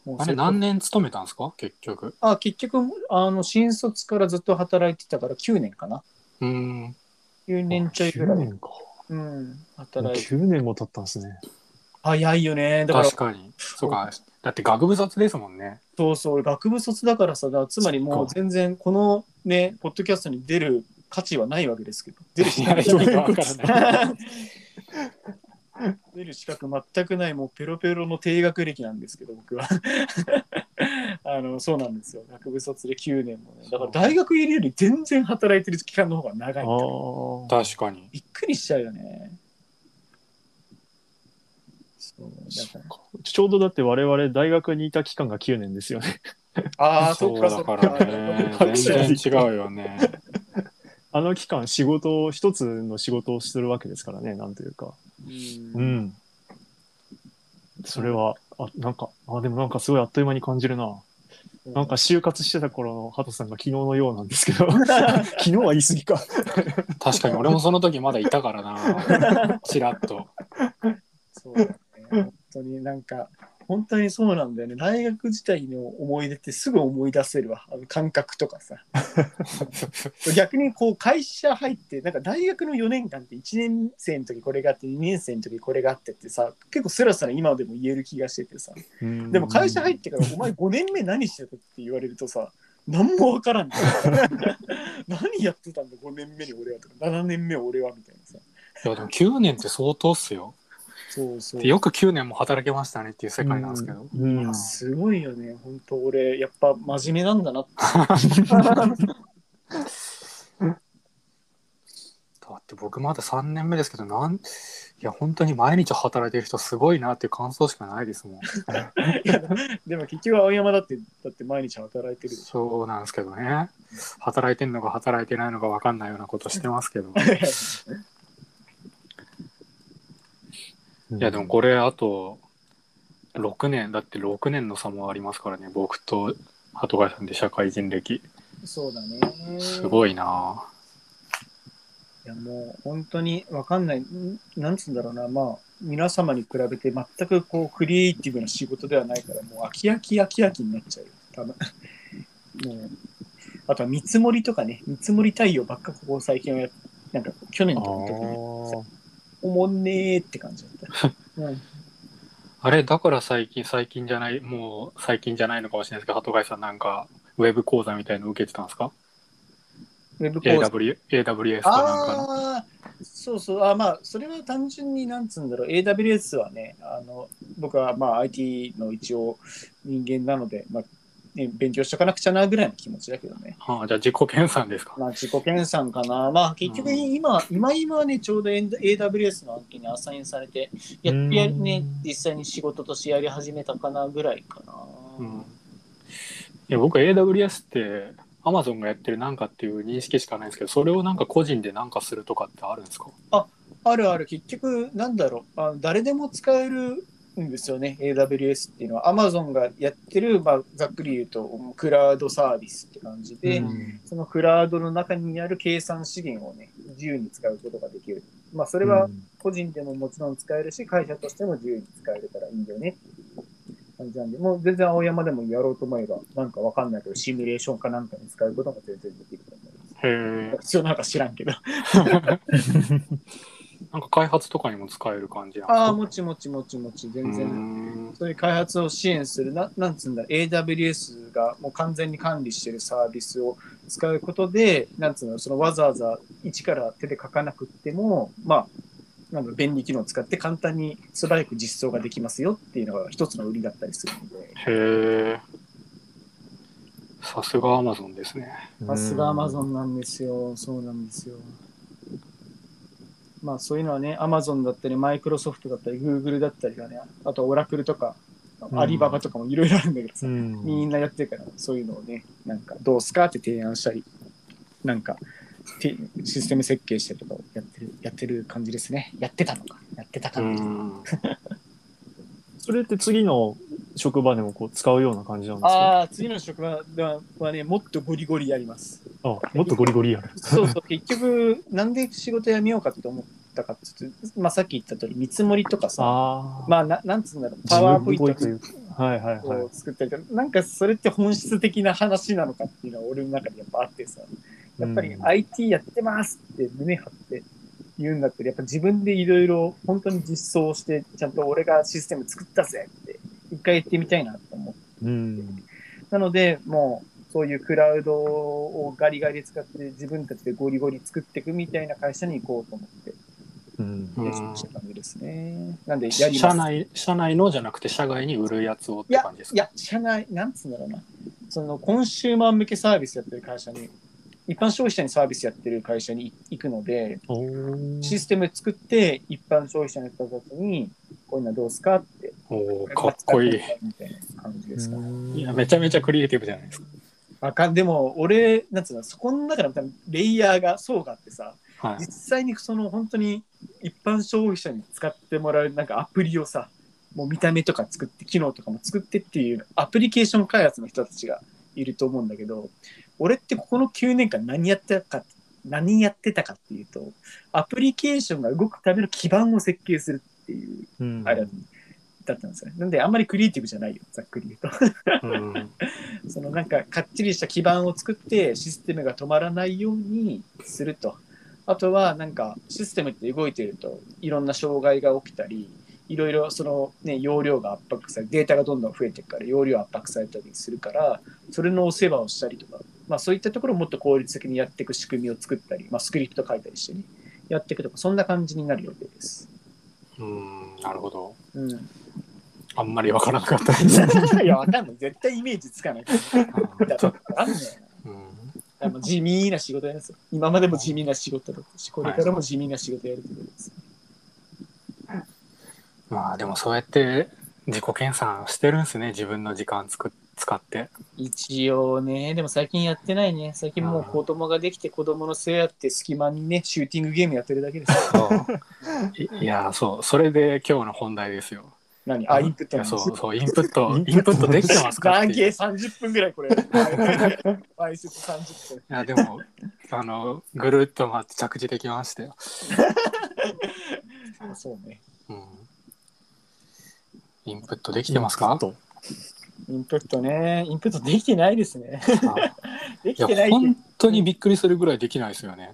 Speaker 2: もう
Speaker 1: あれ何年勤めたんですか結局。
Speaker 2: あ結局あの、新卒からずっと働いてたから9年かな。
Speaker 1: うん。
Speaker 2: 9年ちょいぐ
Speaker 3: 9
Speaker 2: らい。
Speaker 3: 年か。
Speaker 2: うん、働いて。
Speaker 3: 9年も経ったんですね。
Speaker 2: 早いよね。だから
Speaker 1: 確、かに。そうか。だって学部雑ですもんね。
Speaker 2: そうそう、俺学部卒だからさ、だからつまりもう全然このね、ポッドキャストに出る価値はないわけですけど、出る資格
Speaker 1: いや意味がわからな
Speaker 2: [laughs] 出る資格全くない、もうペロペロの低学歴なんですけど、僕は。 [laughs] あのそうなんですよ、学部卒で9年もね。だから大学入りより全然働いてる期間の方が長いから。
Speaker 3: ああ。
Speaker 1: 確かに。
Speaker 2: びっくりしちゃうよね。そうだから
Speaker 3: ちょうどだって我々大学にいた期間が9年ですよね。 [laughs]
Speaker 2: ああ、
Speaker 1: そ
Speaker 2: そっ
Speaker 1: う
Speaker 2: か [laughs]
Speaker 1: だ
Speaker 2: そっか。
Speaker 1: からね。全然違うよね。
Speaker 3: あの期間仕事を、一つの仕事をするわけですからね、なんというか。
Speaker 2: うん
Speaker 3: うん。それは、あ、なんか、あ、でもなんかすごいあっという間に感じるな。なんか就活してた頃のハトさんが昨日のようなんです
Speaker 2: [laughs]
Speaker 3: けど、昨日は言い過ぎか。
Speaker 1: 確かに俺もその時まだいたからな。ちらっと。
Speaker 2: そうだね。本当になんか、本当にそうなんだよね。大学自体の思い出ってすぐ思い出せるわ。あの感覚とかさ。逆にこう会社入って、なんか大学の4年間って1年生の時これがあって、2年生の時これがあってってさ、結構スラスラ今でも言える気がしててさ。でも会社入ってから、お前5年目何してたって言われるとさ、何もわからん、ね。何やってたんだ、5年目に俺はとか、7年目俺はみたいなさ。
Speaker 1: いやでも9年って相当っすよ。
Speaker 2: そうそう
Speaker 1: で。よく9年も働けましたねっていう世界なんですけど。
Speaker 3: うん
Speaker 2: いやすごいよね、本当俺、やっぱ真面目なんだ [laughs] なって。
Speaker 1: だって僕まだ3年目ですけどなんいや本当に毎日働いてる人すごいなっていう感想しかないですもん
Speaker 2: いやでも結局、青山だって、だって毎日働いてるでし
Speaker 1: そうなんですけどね働いてんのか働いてないのか分かんないようなことしてますけ
Speaker 2: [laughs]
Speaker 1: ど
Speaker 3: うん
Speaker 1: いやでもこれあと6年だって6年の差もありますからね僕と鳩貝さんで社会人歴
Speaker 2: ょ。そうだね。
Speaker 1: す
Speaker 2: い。
Speaker 1: ごいなぁ
Speaker 2: いや、もう本当にわかんない。んなんつうんだろうな、まあ、皆様に比べて全くこう、クリエイティブな仕事ではないから、もう飽き飽き飽き飽きになっちゃうよ。多分もう、あとは見積もりとかね、見積もり対応ばっかここ最近はやっなんか去年とかの時に、おもんねーって感じだ
Speaker 1: [laughs]
Speaker 2: った。うん
Speaker 1: あれだから最近最近じゃないもう最近じゃないのかもしれないですけど鳩貝さんなんかウェブ講座みたいの受けてたんですか
Speaker 2: ウェブ講座
Speaker 1: AW AWS かなんかの
Speaker 2: ああー、そうそう、あまあ、それは単純に、なんつうんだろう、AWS はね、あの僕はまあ IT の一応人間なので、まあね、勉強しとかなくちゃなぐらいの気持ちだけどね。
Speaker 1: ああじゃあ自己研鑽ですか
Speaker 2: まあ、自己研鑽かな。まあ、結局今、今今はね、ちょうど AWS の案件にアサインされて、やっやね
Speaker 3: うん、
Speaker 2: 実際に仕事としてやり始めたかなぐらいかな。
Speaker 1: うんいや僕 AWS って Amazon がやってるなんかっていう認識しかないんですけどそれをなんか個人でなんかするとかってあるんですか
Speaker 2: あるある、結局、なんだろうあの、誰でも使えるんですよね、AWS っていうのは。Amazon がやってる、まあ、ざっくり言うと、クラウドサービスって感じで、
Speaker 3: うん
Speaker 2: そのクラウドの中にある計算資源をね、自由に使うことができる。まあ、それは個人でももちろん使えるし、会社としても自由に使えるからいいんだよねっていう感じなんで、もう全然青山でもやろうと思えば、なんかわかんないけど、シミュレーションかなんかに使うことも全然できると [laughs] 思います。
Speaker 1: へえ。
Speaker 2: 一応なんか知らんけど。
Speaker 1: なんか開発とかにも使える感じなんですか
Speaker 2: ああ、もちもちもちもち、全
Speaker 1: うー
Speaker 2: 然。
Speaker 1: ん
Speaker 2: そういう開発を支援する、ななんつうんだ、AWS がもう完全に管理してるサービスを使うことで、なんつうの、そのわざわざ一から手で書かなくっても、まあ、なんだろう便利機能を使って簡単に素早く実装ができますよっていうのが一つの売りだったりするので、
Speaker 1: へえ。さすがアマゾンですね。
Speaker 2: さすが Amazon
Speaker 3: ン。
Speaker 2: なんですよ。そうなんですよ。まあそういうのはね、Amazon だったり、Microsoft だったり、Google だったりがね、あと Oracle とか、
Speaker 3: うん
Speaker 2: アリババとかもいろいろあるんだけど
Speaker 3: う
Speaker 2: さ、
Speaker 3: ん
Speaker 2: みんなやってるから、そういうのをね、なんかどうすかって提案したり、なんかてシステム設計したりとかをやってる、やってる感じですね。やってたのか、やってた
Speaker 1: う
Speaker 2: 感じ。
Speaker 1: ん。
Speaker 3: それって次の職場でもこう使うような感じなんですか
Speaker 2: ああ、次の職場でははね、もっとゴリゴリやります。
Speaker 3: あもっとゴリゴリやる。
Speaker 2: そう [laughs] そう、結局、なんで仕事辞めようかって思ったかっていうと、まあ、さっき言った通り、見積もりとかさ、
Speaker 3: ああ。
Speaker 2: まあ、ななんつうんだろう、パワーポイン
Speaker 3: 自
Speaker 2: ト
Speaker 3: 分っぽいというかはいはいはい
Speaker 2: を。作ったりとか、なんかそれって本質的な話なのかっていうのは、俺の中でやっぱあってさ、やっぱり
Speaker 3: うん
Speaker 2: IT やってますって胸張って言うんだったら、やっぱ自分でいろいろ本当に実装して、ちゃんと俺がシステム作ったぜって、一回言ってみたいなと思って
Speaker 3: うん。
Speaker 2: なので、もう、そういうクラウドをガリガリ使って、自分たちでゴリゴリ作っていくみたいな会社に行こうと思って、
Speaker 1: う
Speaker 3: うん
Speaker 1: ん
Speaker 2: 転職した感じですね。なんで、やりま
Speaker 1: 社
Speaker 2: す。
Speaker 1: 内、社内のじゃなくて社外に売るやつをっ
Speaker 2: い
Speaker 1: て
Speaker 2: や
Speaker 1: 感じです、
Speaker 2: い
Speaker 1: か
Speaker 2: や、社内、なんつうんだろうな。その、コンシューマー向けサービスやってる会社に、一般消費者にサービスやってる会社に行くので、
Speaker 3: おー
Speaker 2: システム作って、一般消費者の人たちに、こういうのはどうですかって。
Speaker 1: おおかっこいい。
Speaker 2: みたいな感じですかね
Speaker 3: うん
Speaker 1: いや、めちゃめちゃクリエイティブじゃないですか。
Speaker 2: わかんでも俺なんつうのそこの中の多分レイヤーが層があってさ
Speaker 1: はい。
Speaker 2: 実際にその本当に一般消費者に使ってもらうなんかアプリをさもう見た目とか作って機能とかも作ってっていうアプリケーション開発の人たちがいると思うんだけど俺ってここの9年間何やってたか何やってたかっていうとアプリケーションが動くための基盤を設計するっていう
Speaker 3: うん
Speaker 2: あれだったんですよね。なんであんまりクリエイティブじゃないよざっくり言うと。
Speaker 1: うん。
Speaker 2: そのなんかかっちりした基盤を作ってシステムが止まらないようにすると。あとはなんかシステムって動いてるといろんな障害が起きたり、いろいろそのね、容量が圧迫され、データがどんどん増えていくから容量圧迫されたりするから、それのお世話をしたりとか、まあそういったところをもっと効率的にやっていく仕組みを作ったり、まあスクリプト書いたりしてね、やっていくとか、そんな感じになる予定です。
Speaker 1: うん、なるほど。
Speaker 2: うん。
Speaker 1: あんまりわからなかったです。
Speaker 2: いや、わかんない。絶対イメージつかない。だから、あんのよ
Speaker 1: うん
Speaker 2: あの地味な仕事やるんですよ。今までも地味な仕事だったし、これからも地味な仕事やるってことです。
Speaker 1: まあ、でもそうやって自己研鑽してるんですね。自分の時間つく使って。
Speaker 2: 一応ね、でも最近やってないね。最近もう子供ができて子供のせいやって隙間にね、シューティングゲームやってるだけですよ。
Speaker 1: そういいや、そう。それで今日の本題ですよ。
Speaker 2: 何あ、インプット
Speaker 1: い
Speaker 2: の
Speaker 1: や
Speaker 2: 話
Speaker 1: そうそう、インプット、
Speaker 3: イ
Speaker 1: イ
Speaker 3: ン
Speaker 1: ン
Speaker 3: プ
Speaker 1: プ
Speaker 3: ッ
Speaker 1: ッ
Speaker 3: ト
Speaker 1: トできてますかっ
Speaker 2: 何
Speaker 1: てい
Speaker 2: ゲ
Speaker 1: う
Speaker 2: ー
Speaker 1: い
Speaker 2: 30分ぐらいこれ。毎節30分。
Speaker 1: や、でも、あの、ぐるっと回って着地できましたよ。
Speaker 2: あそうね。
Speaker 1: うん、インプットできてますか
Speaker 3: と
Speaker 2: インプットね。インプットできてないですね。
Speaker 1: あ
Speaker 2: でき
Speaker 1: い
Speaker 2: てな
Speaker 1: や、
Speaker 2: いって
Speaker 1: 本当にびっくりするぐらいできないですよね。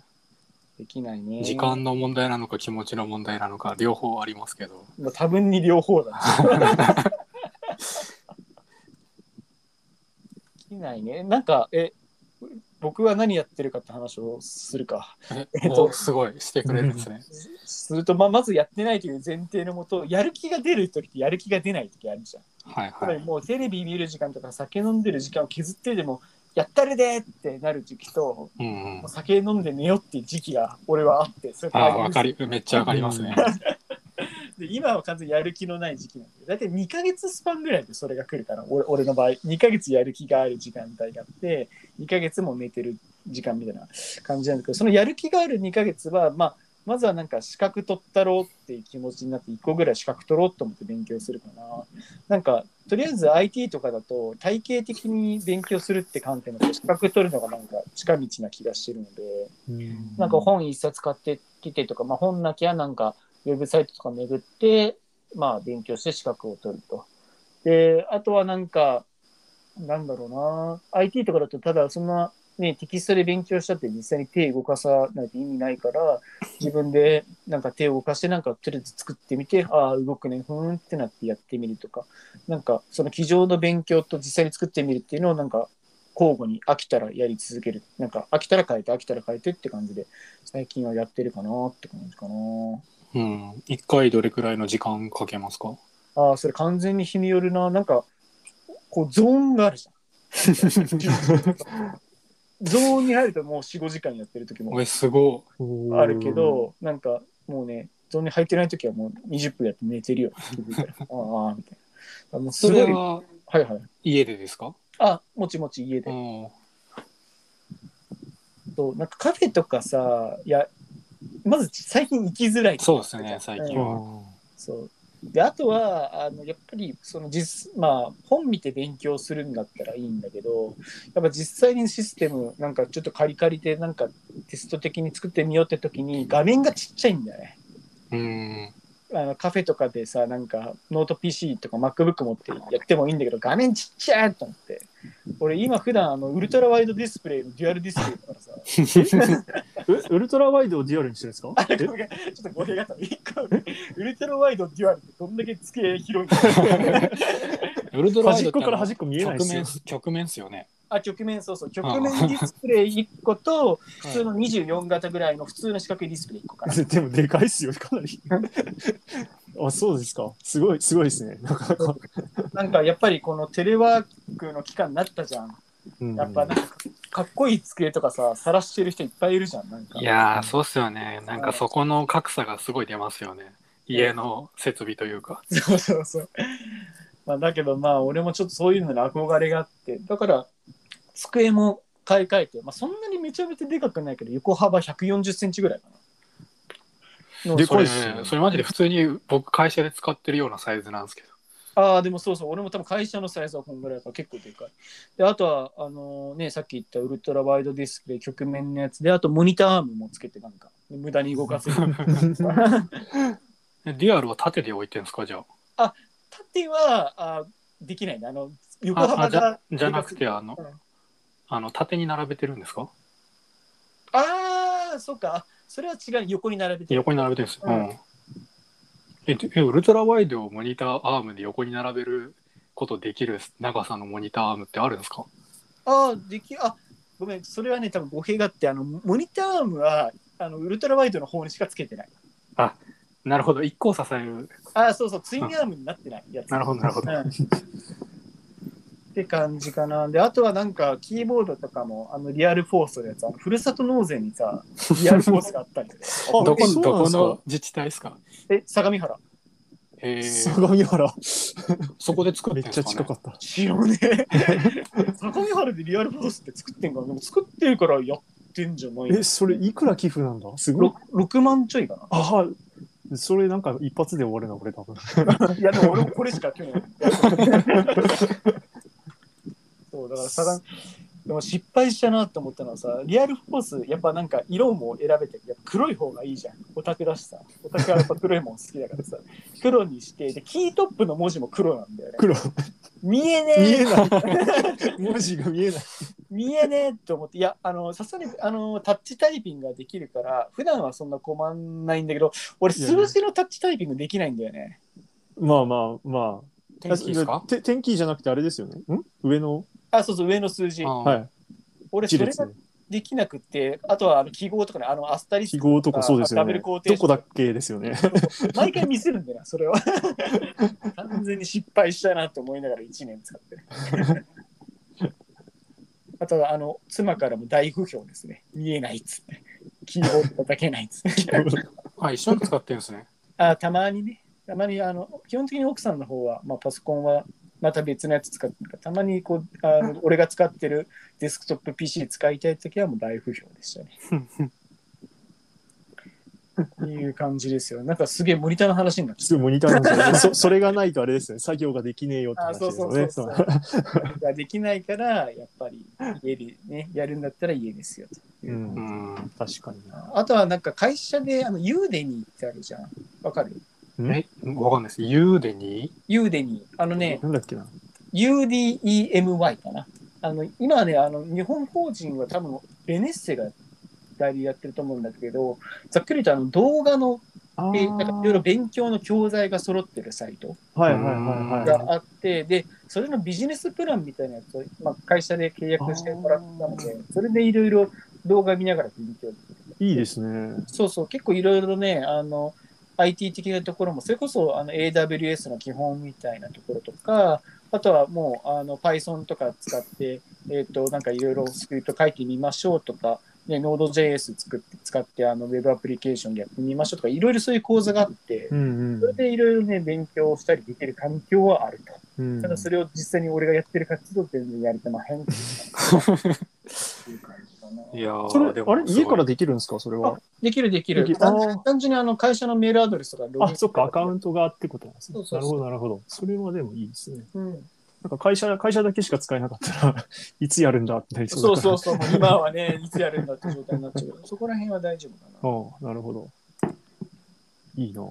Speaker 2: できないね。
Speaker 1: 時間の問題なのか気持ちの問題なのか、両方ありますけど。
Speaker 2: もう多分に両方だね。 [laughs] できないね。なんか、え、僕は何やってるかって話をするか。
Speaker 1: え
Speaker 2: えっと
Speaker 1: おすごい、してくれるんですね。
Speaker 2: すると、まあ、まずやってないという前提のもと、やる気が出る時ってやる気が出ない時あるじゃん。
Speaker 1: はい
Speaker 2: つま
Speaker 1: は
Speaker 2: り
Speaker 1: い。
Speaker 2: もうテレビ見る時間とか酒飲んでる時間を削ってでも、やったるでーってなる時期と、
Speaker 1: うんうん
Speaker 2: もう、酒飲んで寝ようっていう時期が俺はあって、それ
Speaker 1: あわか
Speaker 2: り
Speaker 1: り、めっちゃわかりますね。
Speaker 2: で今は完全にやる気のない時期なんで、だいたい2ヶ月スパンぐらいでそれが来るから、俺俺の場合、2ヶ月やる気がある時間帯があって、2ヶ月も寝てる時間みたいな感じなんだけど、そのやる気がある2ヶ月は、まあ、まずはなんか資格取ったろうっていう気持ちになって1個ぐらい資格取ろうと思って勉強するかな。なんかとりあえず IT とかだと体系的に勉強するって観点だと資格取るのがなんか近道な気がしてるので、
Speaker 3: うん
Speaker 2: なんか本一冊買ってきてとか、まあ、本なきゃなんかウェブサイトとか巡って、まあ、勉強して資格を取ると。で、あとはなんか、なんだろうな、IT とかだとただそんな、ね、テキストで勉強したって実際に手動かさないと意味ないから、自分でなんか手を動かしてなんかとりあえず作ってみて、ああ、動くね、ふーんってなってやってみるとか、なんかその机上の勉強と実際に作ってみるっていうのをなんか交互に飽きたらやり続ける。なんか飽きたら変えて飽きたら変えてって感じで最近はやってるかなって感じかな。
Speaker 1: うん。1回どれくらいの時間かけますか
Speaker 2: ああ、それ完全に日によるな。なんか、こうゾーンがあ
Speaker 1: [laughs]
Speaker 2: るじゃん。ゾーンに入るともう4、5時間やってる時も
Speaker 1: おい、すご
Speaker 2: あるけど、なんかもうね、ゾーンに入ってない時はもう20分やって寝てるよ。ああ、みたいな。もう
Speaker 1: い。
Speaker 2: す
Speaker 1: そ
Speaker 2: ごい
Speaker 1: れ。は
Speaker 2: はいはい。
Speaker 1: 家でですか
Speaker 2: あ、もちもち家で
Speaker 1: う。ん。
Speaker 2: そうなんかカフェとかさいやまず最近行きづらい
Speaker 1: そうですね、最近
Speaker 3: う
Speaker 1: は。
Speaker 3: ん
Speaker 2: そうであとはあのやっぱりその実、まあ、本見て勉強するんだったらいいんだけどやっぱ実際にシステムなんかちょっとカリカリでなんかテスト的に作ってみようって時に画面がちっちゃいんだよね。
Speaker 1: [laughs] うん。
Speaker 2: あのカフェとかでさなんかノート PC とか MacBook 持ってやってもいいんだけど画面ちっちゃいと思って俺今普段あのウルトラワイドディスプレイのデュアルディスプレイだからさ
Speaker 3: えウルトラワイドをデュアルにしてるんですか
Speaker 2: あごめんちょっと語弊があった。一個ウルトラワイドデュアルってどんだけ机広いんだ
Speaker 1: ウルト
Speaker 3: え
Speaker 1: ラワイ
Speaker 3: 端
Speaker 1: ドって
Speaker 3: っこ
Speaker 1: あ
Speaker 3: から
Speaker 1: の
Speaker 3: 端っこ見えない
Speaker 1: 曲
Speaker 3: ですよ
Speaker 1: 面。曲面っすよね。
Speaker 2: あ、局面、そうそう。局面ディスプレイ1個と、普通の24型ぐらいの普通の四角いディスプレイ1個かな。
Speaker 3: でもでかいっすよ、かなり。 [laughs] あ、そうですか。すごい、すごいですね。なかなか。
Speaker 2: なんかやっぱりこのテレワークの期間になったじゃん。
Speaker 3: うん
Speaker 2: やっぱなんかかっこいい机とかさ、晒してる人いっぱいいるじゃん。なんか
Speaker 1: いやー、そうっすよね。なんかそこの格差がすごい出ますよね。家の設備というか。
Speaker 2: [laughs] そうそうそう。まあ、だけどまあ俺もちょっとそういうのに憧れがあってだから机も買い替えて、まあ、そんなにめちゃめちゃでかくないけど横幅1 4 0ンチぐらいかな。
Speaker 3: で
Speaker 1: そ
Speaker 3: か
Speaker 1: れ
Speaker 3: いっすよね
Speaker 1: ね、それマジで普通に僕会社で使ってるようなサイズなんですけど。
Speaker 2: ああでもそうそう俺も多分会社のサイズはこんぐらいだから結構でかい。であとはあのねさっき言ったウルトラワイドディスプレイ曲面のやつであとモニターアームもつけてなんか無駄に動かせる。
Speaker 1: [laughs] えデュアルを縦で置いてんすかじゃあ。
Speaker 2: 縦はあできないねあの横幅
Speaker 1: あ
Speaker 2: が
Speaker 1: あじゃじゃなくてあの
Speaker 2: うん
Speaker 1: あの縦に並べてるんですか
Speaker 2: ああ、そうか。それは違う。横に並べてる。
Speaker 1: 横に並べてるんですよ。
Speaker 2: う
Speaker 1: うんんえでえウルトラワイドをモニターアームで横に並べることできる長さのモニターアームってあるんですか
Speaker 2: ああ、でき、あ、ごめん。それはね、多分語弊があって、あの、モニターアームは、あの、ウルトラワイドの方にしかつけてない。
Speaker 1: なるほど、一個を支える。
Speaker 2: ああ、そうそう。ツインアームになってないやつ。
Speaker 1: なるほど、なるほど。
Speaker 2: うんって感じかな。で、あとはなんか、キーボードとかも、あの、リアルフォースのやつ、あのふるさと納税にさ、リアルフォースがあったりとか
Speaker 3: [laughs] あ
Speaker 1: [laughs] どこ
Speaker 3: そう
Speaker 1: ど
Speaker 3: なん
Speaker 1: こ
Speaker 3: ですか
Speaker 1: の自治体ですか
Speaker 2: え、相模原。
Speaker 1: えー、
Speaker 3: 相模原。
Speaker 1: そこで作っ
Speaker 3: め
Speaker 1: て
Speaker 3: っ
Speaker 1: ん
Speaker 3: ち
Speaker 1: す
Speaker 3: ゃ
Speaker 1: か、ね、
Speaker 3: 近かった。
Speaker 2: 知らね [laughs] え。相模原でリアルフォースって作ってんかなでも作ってるからやってんじゃない
Speaker 3: え、それいくら寄付なんだすごい
Speaker 2: ろ。6万ちょいかな。
Speaker 3: ああ、それなんか一発で終わるな、俺多分。
Speaker 2: いや、でも俺もこれしか去年。そう、だからさら、でも失敗したなと思ったのはさ、リアルフォース、やっぱなんか色も選べて、やっぱ黒い方がいいじゃん。オタクだしさ。オタクはやっぱ黒いもん好きだからさ。黒にして、で、キートップの文字も黒なんだよね。
Speaker 3: 黒。
Speaker 2: 見え
Speaker 3: 見
Speaker 2: ねえ
Speaker 1: [laughs]
Speaker 3: えない。文字が見えない。
Speaker 2: 見えねえと思って、いや、あの、さすがに、あの、タッチタイピングができるから、普段はそんな困んないんだけど、俺、数字のタッチタイピングできないんだよね。
Speaker 3: まあまあまあ。
Speaker 1: 天気ですか
Speaker 3: て天気じゃなくてあれですよね。ん上の。
Speaker 2: あ、そうそう、上の数字。
Speaker 1: は
Speaker 3: はい。
Speaker 2: 俺、そ
Speaker 3: 一
Speaker 2: れ
Speaker 3: 列
Speaker 2: が
Speaker 3: ね。
Speaker 2: できなくて、あとはあの記号とかね、あのアスタリス
Speaker 3: 記
Speaker 2: ク
Speaker 3: 号とかそうですよ
Speaker 2: ダブル
Speaker 3: ね
Speaker 2: コー。テー
Speaker 3: ど
Speaker 2: ショ
Speaker 3: こ
Speaker 2: ン
Speaker 3: だっけですよね。 [laughs]
Speaker 2: 毎回見せるんだよな、それは。完全に失敗したなと思いながら1年使ってる。
Speaker 3: [laughs]
Speaker 2: あとはあの妻からも大不評ですね。見えないっつって。キーボード叩けないっつって。
Speaker 1: あ、一緒に使ってるんですね。
Speaker 2: あたまにね、たまにあの基本的に奥さんの方は、まあ、パソコンはまた別のやつ使ってるからたまにこうあの俺が使ってるデスクトップ PC 使いたいときはもう大不評でしたね。いう感じですよ。なんかすげえモニターの話になっ
Speaker 3: す
Speaker 2: ちゃ
Speaker 3: ぐモニターなんです
Speaker 2: [laughs]
Speaker 3: よね。そそれがないとあれですよね。作業ができねえよって
Speaker 2: あ
Speaker 3: 話
Speaker 2: そう
Speaker 3: です
Speaker 2: そ
Speaker 3: よ
Speaker 2: うそ
Speaker 3: ね。、
Speaker 2: うそう。ができないから、やっぱり家でね、やるんだったら家ですよというう。
Speaker 1: うんん。
Speaker 3: 確かにな。
Speaker 2: あとはなんか会社で、あの、ユーデニーってあるじゃん。わかる
Speaker 1: え、わかんないです。ゆうでに
Speaker 2: ユーデニー。あのね、
Speaker 3: なんだっけな。
Speaker 2: UDEMY かな。あの、今はね、あの、日本法人は多分、ベネッセが代理やってると思うんだけど、ざっくりとあの動画の、
Speaker 3: あ
Speaker 2: えなんかいろいろ勉強の教材が揃ってるサイト
Speaker 3: はいはいはいはい。
Speaker 2: があって、で、それのビジネスプランみたいなやつを、まあ、会社で契約してもらったので、それでいろいろ動画見ながら勉強できる。
Speaker 3: いいですね。
Speaker 2: そうそう、結構いろいろね、あの、IT 的なところも、それこそあの AWS の基本みたいなところとか、あとはもうあの Python とか使って、えっ、と、なんかいろいろスクリプト書いてみましょうとか、ね、Node.js 作って使ってあの Web アプリケーションでやってみましょうとか、いろいろそういう講座があって
Speaker 3: う、ん
Speaker 2: それでいろいろね、勉強したりできる環境はあると。
Speaker 3: うん。
Speaker 2: ただそれを実際に俺がやってる活動全然やれてまへんって [laughs] いう感じかな。
Speaker 1: いやー
Speaker 3: それ
Speaker 1: でも
Speaker 3: あれ
Speaker 1: すごい
Speaker 3: 家からできるんですかそれは。
Speaker 2: できるできる
Speaker 3: でき。る
Speaker 2: 単
Speaker 3: あー
Speaker 2: 純単純にあの会社のメールアドレスとかログイン
Speaker 3: あ、そっか、アカウントがあってことなんですね
Speaker 2: そう。そ
Speaker 3: な
Speaker 2: う
Speaker 3: る
Speaker 2: そう
Speaker 3: ほど、なるほど。それはでもいいですね。
Speaker 2: うん
Speaker 3: なんか会社、会社だけしか使えなかったら、 [laughs] いつやるんだってなりそう
Speaker 2: そう
Speaker 3: だから。
Speaker 2: そうそう、もう今はね、 [laughs] いつやるんだって状態になっちゃうけど、そこら辺は大丈夫かな。
Speaker 3: ああ、なるほど。いいな。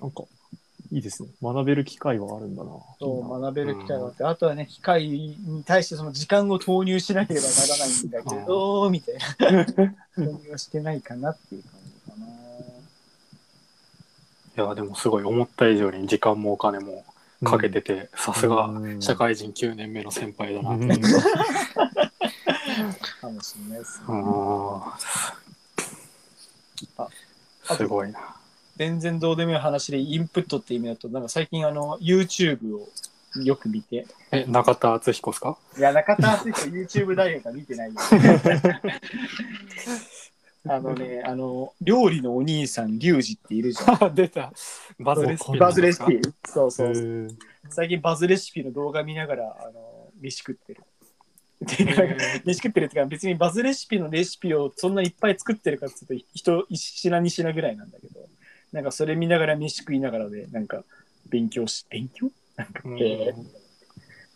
Speaker 3: なんか、いいですね。学べる機会はあるんだな。
Speaker 2: そう学べる機会があって、あとはね、機械に対してその時間を投入しなければならないんだけど、みたいな。投入はしてないかなっていう感じかな。
Speaker 1: いやーでもすごい思った以上に時間もお金もかけてて、さすが
Speaker 3: うん
Speaker 1: 社会人9年目の先輩だな。
Speaker 3: う
Speaker 2: か
Speaker 3: ん
Speaker 2: もしれないですね。
Speaker 1: あ
Speaker 2: あ
Speaker 1: ーすごいな。
Speaker 2: 全然どうでもいい話でインプットって意味だと、なんか最近あの、YouTube をよく見て、
Speaker 1: え、中田敦彦ですか
Speaker 2: いや、中田敦彦 YouTube 大学は見てないよ。あのね、あの、料理のお兄さん、リュウジっているじゃ
Speaker 1: 出た。バズレシピ。
Speaker 2: ん。バズレシピ。そうそう
Speaker 3: へ
Speaker 2: そう。
Speaker 3: ー
Speaker 2: 最近バズレシピの動画見ながら、あの、飯食ってる。てか
Speaker 1: へ
Speaker 2: [laughs] 飯食ってるっていうか、別にバズレシピのレシピをそんないっぱい作ってるかっていうと、人一品二品ぐらいなんだけど、なんかそれ見ながら飯食いながらで、なんか勉強し、勉強なんか、
Speaker 1: うん
Speaker 2: えー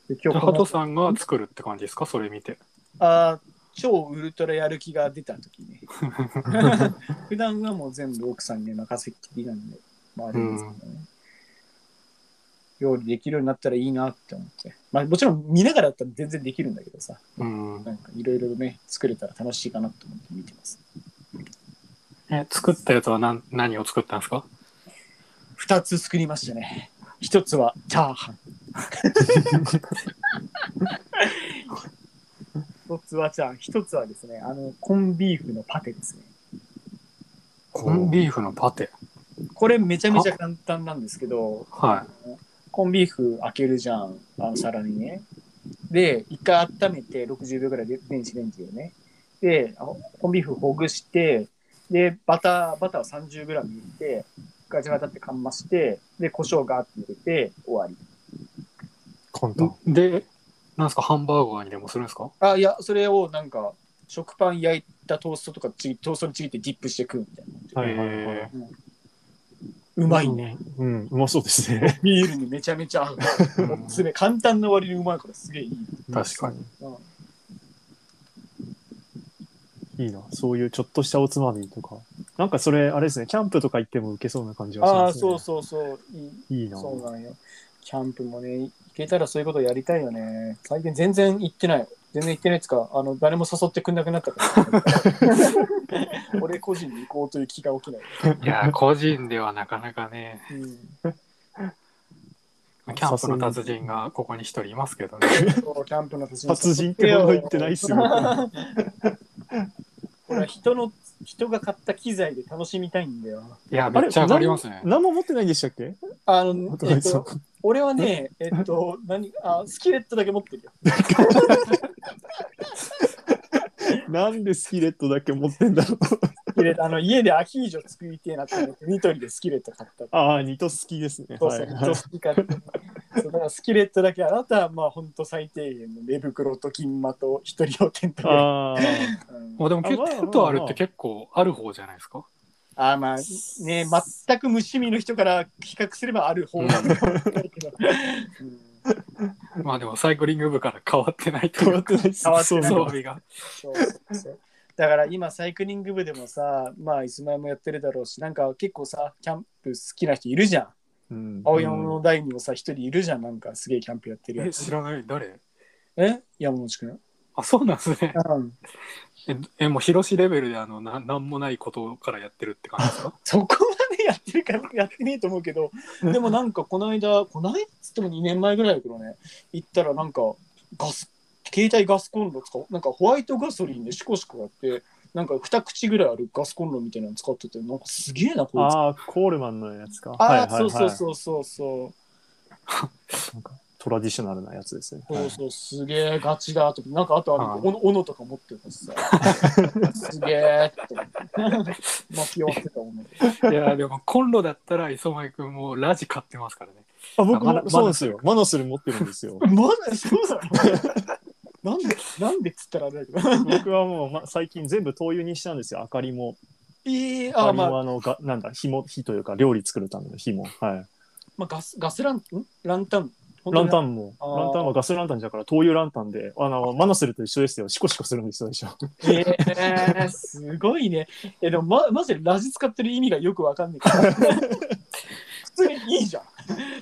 Speaker 2: で今
Speaker 1: じゃあ
Speaker 2: この
Speaker 1: ハトさんが作るって感じですかそれ見て。
Speaker 2: あー超ウルトラやる気が出た時ね。普段はもう全部奥さんに任せっきりなんで、まあ、あれですけどね、料理できるようになったらいいなって思って。まあもちろん見ながらだったら全然できるんだけどさ、
Speaker 1: うん。
Speaker 2: なんかいろいろね、作れたら楽しいかなと思って見てます。
Speaker 1: え、作ったやつは何何を作ったんですか
Speaker 2: 二つ作りましたね。一つはチャーハン。一つはチャーハン。一つはですね、あの、コンビーフのパテですね。
Speaker 1: コンビーフのパテ。
Speaker 2: これめちゃめちゃ簡単なんですけど、
Speaker 1: は
Speaker 2: コンビーフ開けるじゃん、あの皿にね。で、一回温めて60秒ぐらいで電子レンジでね。で、あコンビーフほぐして、で、バター、バターを 30g 入れて、ガチャガチャってかんまして、で、胡椒ガーって入れて終わり。
Speaker 3: 簡単。
Speaker 1: い。で、なんですかハンバーガーにでもするんですか
Speaker 2: あ、いや、それをなんか、食パン焼いたトーストとかちぎ、トーストにちぎってディップして食うみたいな。
Speaker 3: はいはいはい。
Speaker 2: うまいね。
Speaker 3: うん、うまそうですね。
Speaker 2: ビールにめちゃめちゃ合う。おすすめ。簡単な割にうまいからすげえいい。
Speaker 1: 確かに。
Speaker 2: うん
Speaker 3: [laughs] いいな。そういうちょっとしたおつまみとか。なんかそれ、あれですね、キャンプとか行っても受けそうな感じはし
Speaker 2: ああ、
Speaker 3: ますね。
Speaker 2: そうそうそう。いい
Speaker 3: いいな。
Speaker 2: そうなんよ。キャンプもね、行けたらそういうことやりたいよね。最近全然行ってない。全然行ってないっつか、あの、誰も誘ってくんなくなった
Speaker 3: [laughs]
Speaker 2: から。俺個人で行こうという気が起きない。
Speaker 1: いやー、個人ではなかなかね。
Speaker 2: うん、
Speaker 1: キャンプの達人がここに一人いますけど
Speaker 2: [laughs]
Speaker 1: ね。
Speaker 2: そうキャンプの達人
Speaker 3: 達人ってほど言ってないっすよ。 [laughs]
Speaker 2: ほら人の、人が買った機材で楽しみたいんだよ。
Speaker 1: いや、めっちゃ上がりますね。
Speaker 3: 何も持ってないんでしたっけ
Speaker 2: あ
Speaker 3: あ
Speaker 2: の、
Speaker 3: と
Speaker 2: え
Speaker 3: あい
Speaker 2: っ
Speaker 3: つは
Speaker 2: と、俺はね、えっと、何、あ、スキレットだけ持ってるよ。
Speaker 3: なんでスキレットだけ持ってんだろう。
Speaker 2: スキレットあの、家でアヒージョ作りてえなって思って、ニトリでスキレット買った。
Speaker 3: ああ、ニトスキですね。
Speaker 2: そう
Speaker 3: は
Speaker 2: そう、
Speaker 3: い
Speaker 2: ずっと好き勝手にそうだからスキレットだけあなたはまあ本当最低限の寝袋と金馬と一人用テントで、
Speaker 3: ああ。
Speaker 2: うん
Speaker 1: もうでも結構
Speaker 3: あまあ
Speaker 1: テントあるって結構ある方じゃないですか。
Speaker 2: あーまあね、全く無趣味の人から比較すればある方なんだけど、うん
Speaker 1: まあでもサイクリング部から変わってないと
Speaker 3: 変
Speaker 1: い
Speaker 3: わ
Speaker 1: う
Speaker 3: ってないで
Speaker 2: [laughs]
Speaker 3: す
Speaker 2: 変わって
Speaker 3: そ
Speaker 2: な
Speaker 3: う
Speaker 2: い
Speaker 3: そ
Speaker 1: 装
Speaker 3: う
Speaker 1: 備が。
Speaker 2: そうそうだから今サイクリング部でもさまあいつまもやってるだろうしなんか結構さキャンプ好きな人いるじゃん
Speaker 3: うん
Speaker 2: 青山の代にもさ一人いるじゃんなんかすげえキャンプやってる
Speaker 1: え、
Speaker 2: やつ
Speaker 1: 知らない誰
Speaker 2: え山本君
Speaker 1: あ、そうなんですね。
Speaker 2: うん
Speaker 1: え、えもう広しレベルであの、ななんもないことからやってるって感じですか
Speaker 2: そこまでやってるか [laughs] やってねえと思うけどでもなんかこの間この間っつっても2年前ぐらいだけどね行ったらなんかガス携帯ガスコンロ使うなんかホワイトガソリンでシコシコやってなんか2口ぐらいあるガスコンロみたいなの使っててなんかすげえなこいつあ
Speaker 3: ああ、コールマンのやつか。
Speaker 2: あー、
Speaker 3: はいはいはい、
Speaker 2: そうそうそうそうそう
Speaker 3: なんかトラディショナルなやつですね。
Speaker 2: そうそう、すげえガチだと思って、なんかあとは
Speaker 1: はい
Speaker 2: おの斧とか持ってたしさ、すげえって思って、まき終わってた
Speaker 3: [laughs]
Speaker 2: もんね。 [laughs]
Speaker 1: いや、でもコンロだったら磯前くんもラジ買ってますからね。
Speaker 3: あ僕
Speaker 1: あマ
Speaker 3: も
Speaker 1: ナ
Speaker 3: そうなんですよ。マノスル持ってるんですよ。
Speaker 2: まだそうだろ [laughs] なんで、なんでっつったらあれだけど。
Speaker 3: [laughs] 僕はもう、ま、最近全部灯油にしたんですよ。明かりも。
Speaker 2: ええ
Speaker 3: あ
Speaker 2: あ、
Speaker 3: も
Speaker 2: まあ、
Speaker 3: あのがなんだ火も火というか料理作るための火も。はい。
Speaker 2: まあ、ガス、ガスラン、んランタン。
Speaker 3: ランタ
Speaker 2: ン。
Speaker 3: ンも。
Speaker 2: あー
Speaker 3: ランタンはガスランタンだから灯油ランタンで、あのマノスルと一緒ですよ。シコシコするんですよ。一緒
Speaker 2: ええすごいね。え、でも、ま、マジでラジ使ってる意味がよくわかんないから。普通にいいじゃん。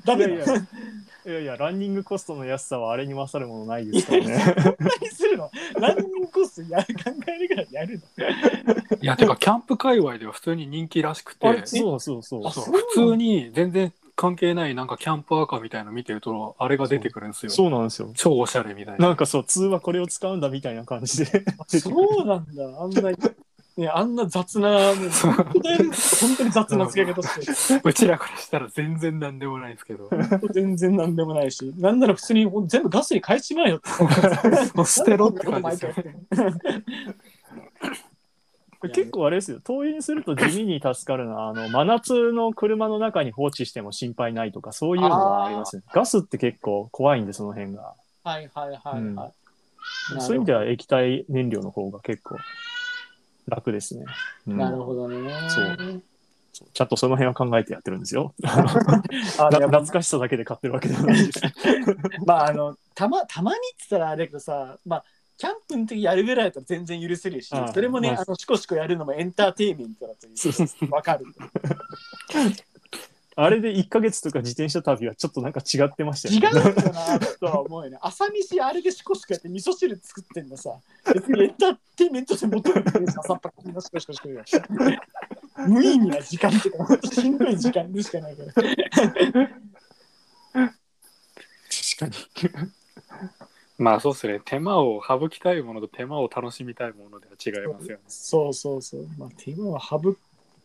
Speaker 2: ダ
Speaker 3: い
Speaker 2: メ
Speaker 3: や
Speaker 2: だよ。
Speaker 3: いや。いやいやランニングコストの安さはあれに勝るものないですから [laughs] ね。
Speaker 2: 何するのランニングコースや考えるぐらいやるの
Speaker 1: いや、て
Speaker 2: [laughs]
Speaker 1: かキャンプ界隈では普通に人気らしくて
Speaker 2: あ、れ
Speaker 3: そうそうそう。
Speaker 1: そう
Speaker 2: そう
Speaker 1: 普通に全然関係ないなんかキャンパーカーみたいなの見てると、あれが出てくるんですよ。
Speaker 3: そうなんですよ。
Speaker 1: 超おしゃれみたいな。
Speaker 3: [laughs] なんかそう、通話これを使うんだみたいな感じで。
Speaker 2: そうなんだ、あんな、ね、あんな雑な、ね、
Speaker 1: そう
Speaker 2: 本当に雑な付け方して、
Speaker 1: うちらからしたら全然なんでもないですけ [laughs] ど。
Speaker 2: 全然なんでもないし、なんなら普通に全部ガスに変えちまえよって。
Speaker 1: もう捨てろって感じですよ。
Speaker 3: これ [laughs] 結構あれですよ、灯油にすると地味に助かるのは、あの真夏の車の中に放置しても心配ないとか、そういうのはありますね。ガスって結構怖いんで、その辺が。
Speaker 2: はいはいはい
Speaker 3: うん
Speaker 2: は
Speaker 3: そういう意味では液体燃料の方が結構楽ですね。う
Speaker 2: い。
Speaker 3: ん
Speaker 2: なるほどね。
Speaker 3: そうそうちゃんとその辺は考えてやってるんですよ。
Speaker 2: あ
Speaker 3: な
Speaker 2: でも
Speaker 3: 懐かしさだけで買ってるわけではない
Speaker 2: [laughs]
Speaker 3: です。
Speaker 2: まあ、あの、たま、たまにって言ったらあれだけどさ、まあ、キャンプの時やるぐらいだったら全然許せるし、
Speaker 3: ああ
Speaker 2: それもね、
Speaker 3: まあ
Speaker 2: あの、シコシコやるのもエンターテインメントだという
Speaker 3: そうそうそ
Speaker 2: わかる。
Speaker 3: あれで1ヶ月とか自転車旅はちょっとなんか違ってました
Speaker 2: 違
Speaker 3: よね。
Speaker 2: うんだなとは思うよね。 [laughs] 朝飯あれでシコシコやって味噌汁作ってんのさ。別にエンターテインメントで求めてるし、朝っぱらみんなシコシコシコよ。無意味な時間とか、本当しんどい時間でしかないから。
Speaker 3: 確か
Speaker 1: まあそうですね。手間を省きたいものと手間を楽しみたいものでは違いますよね。
Speaker 2: そうそうそう。まあ、手間は省っ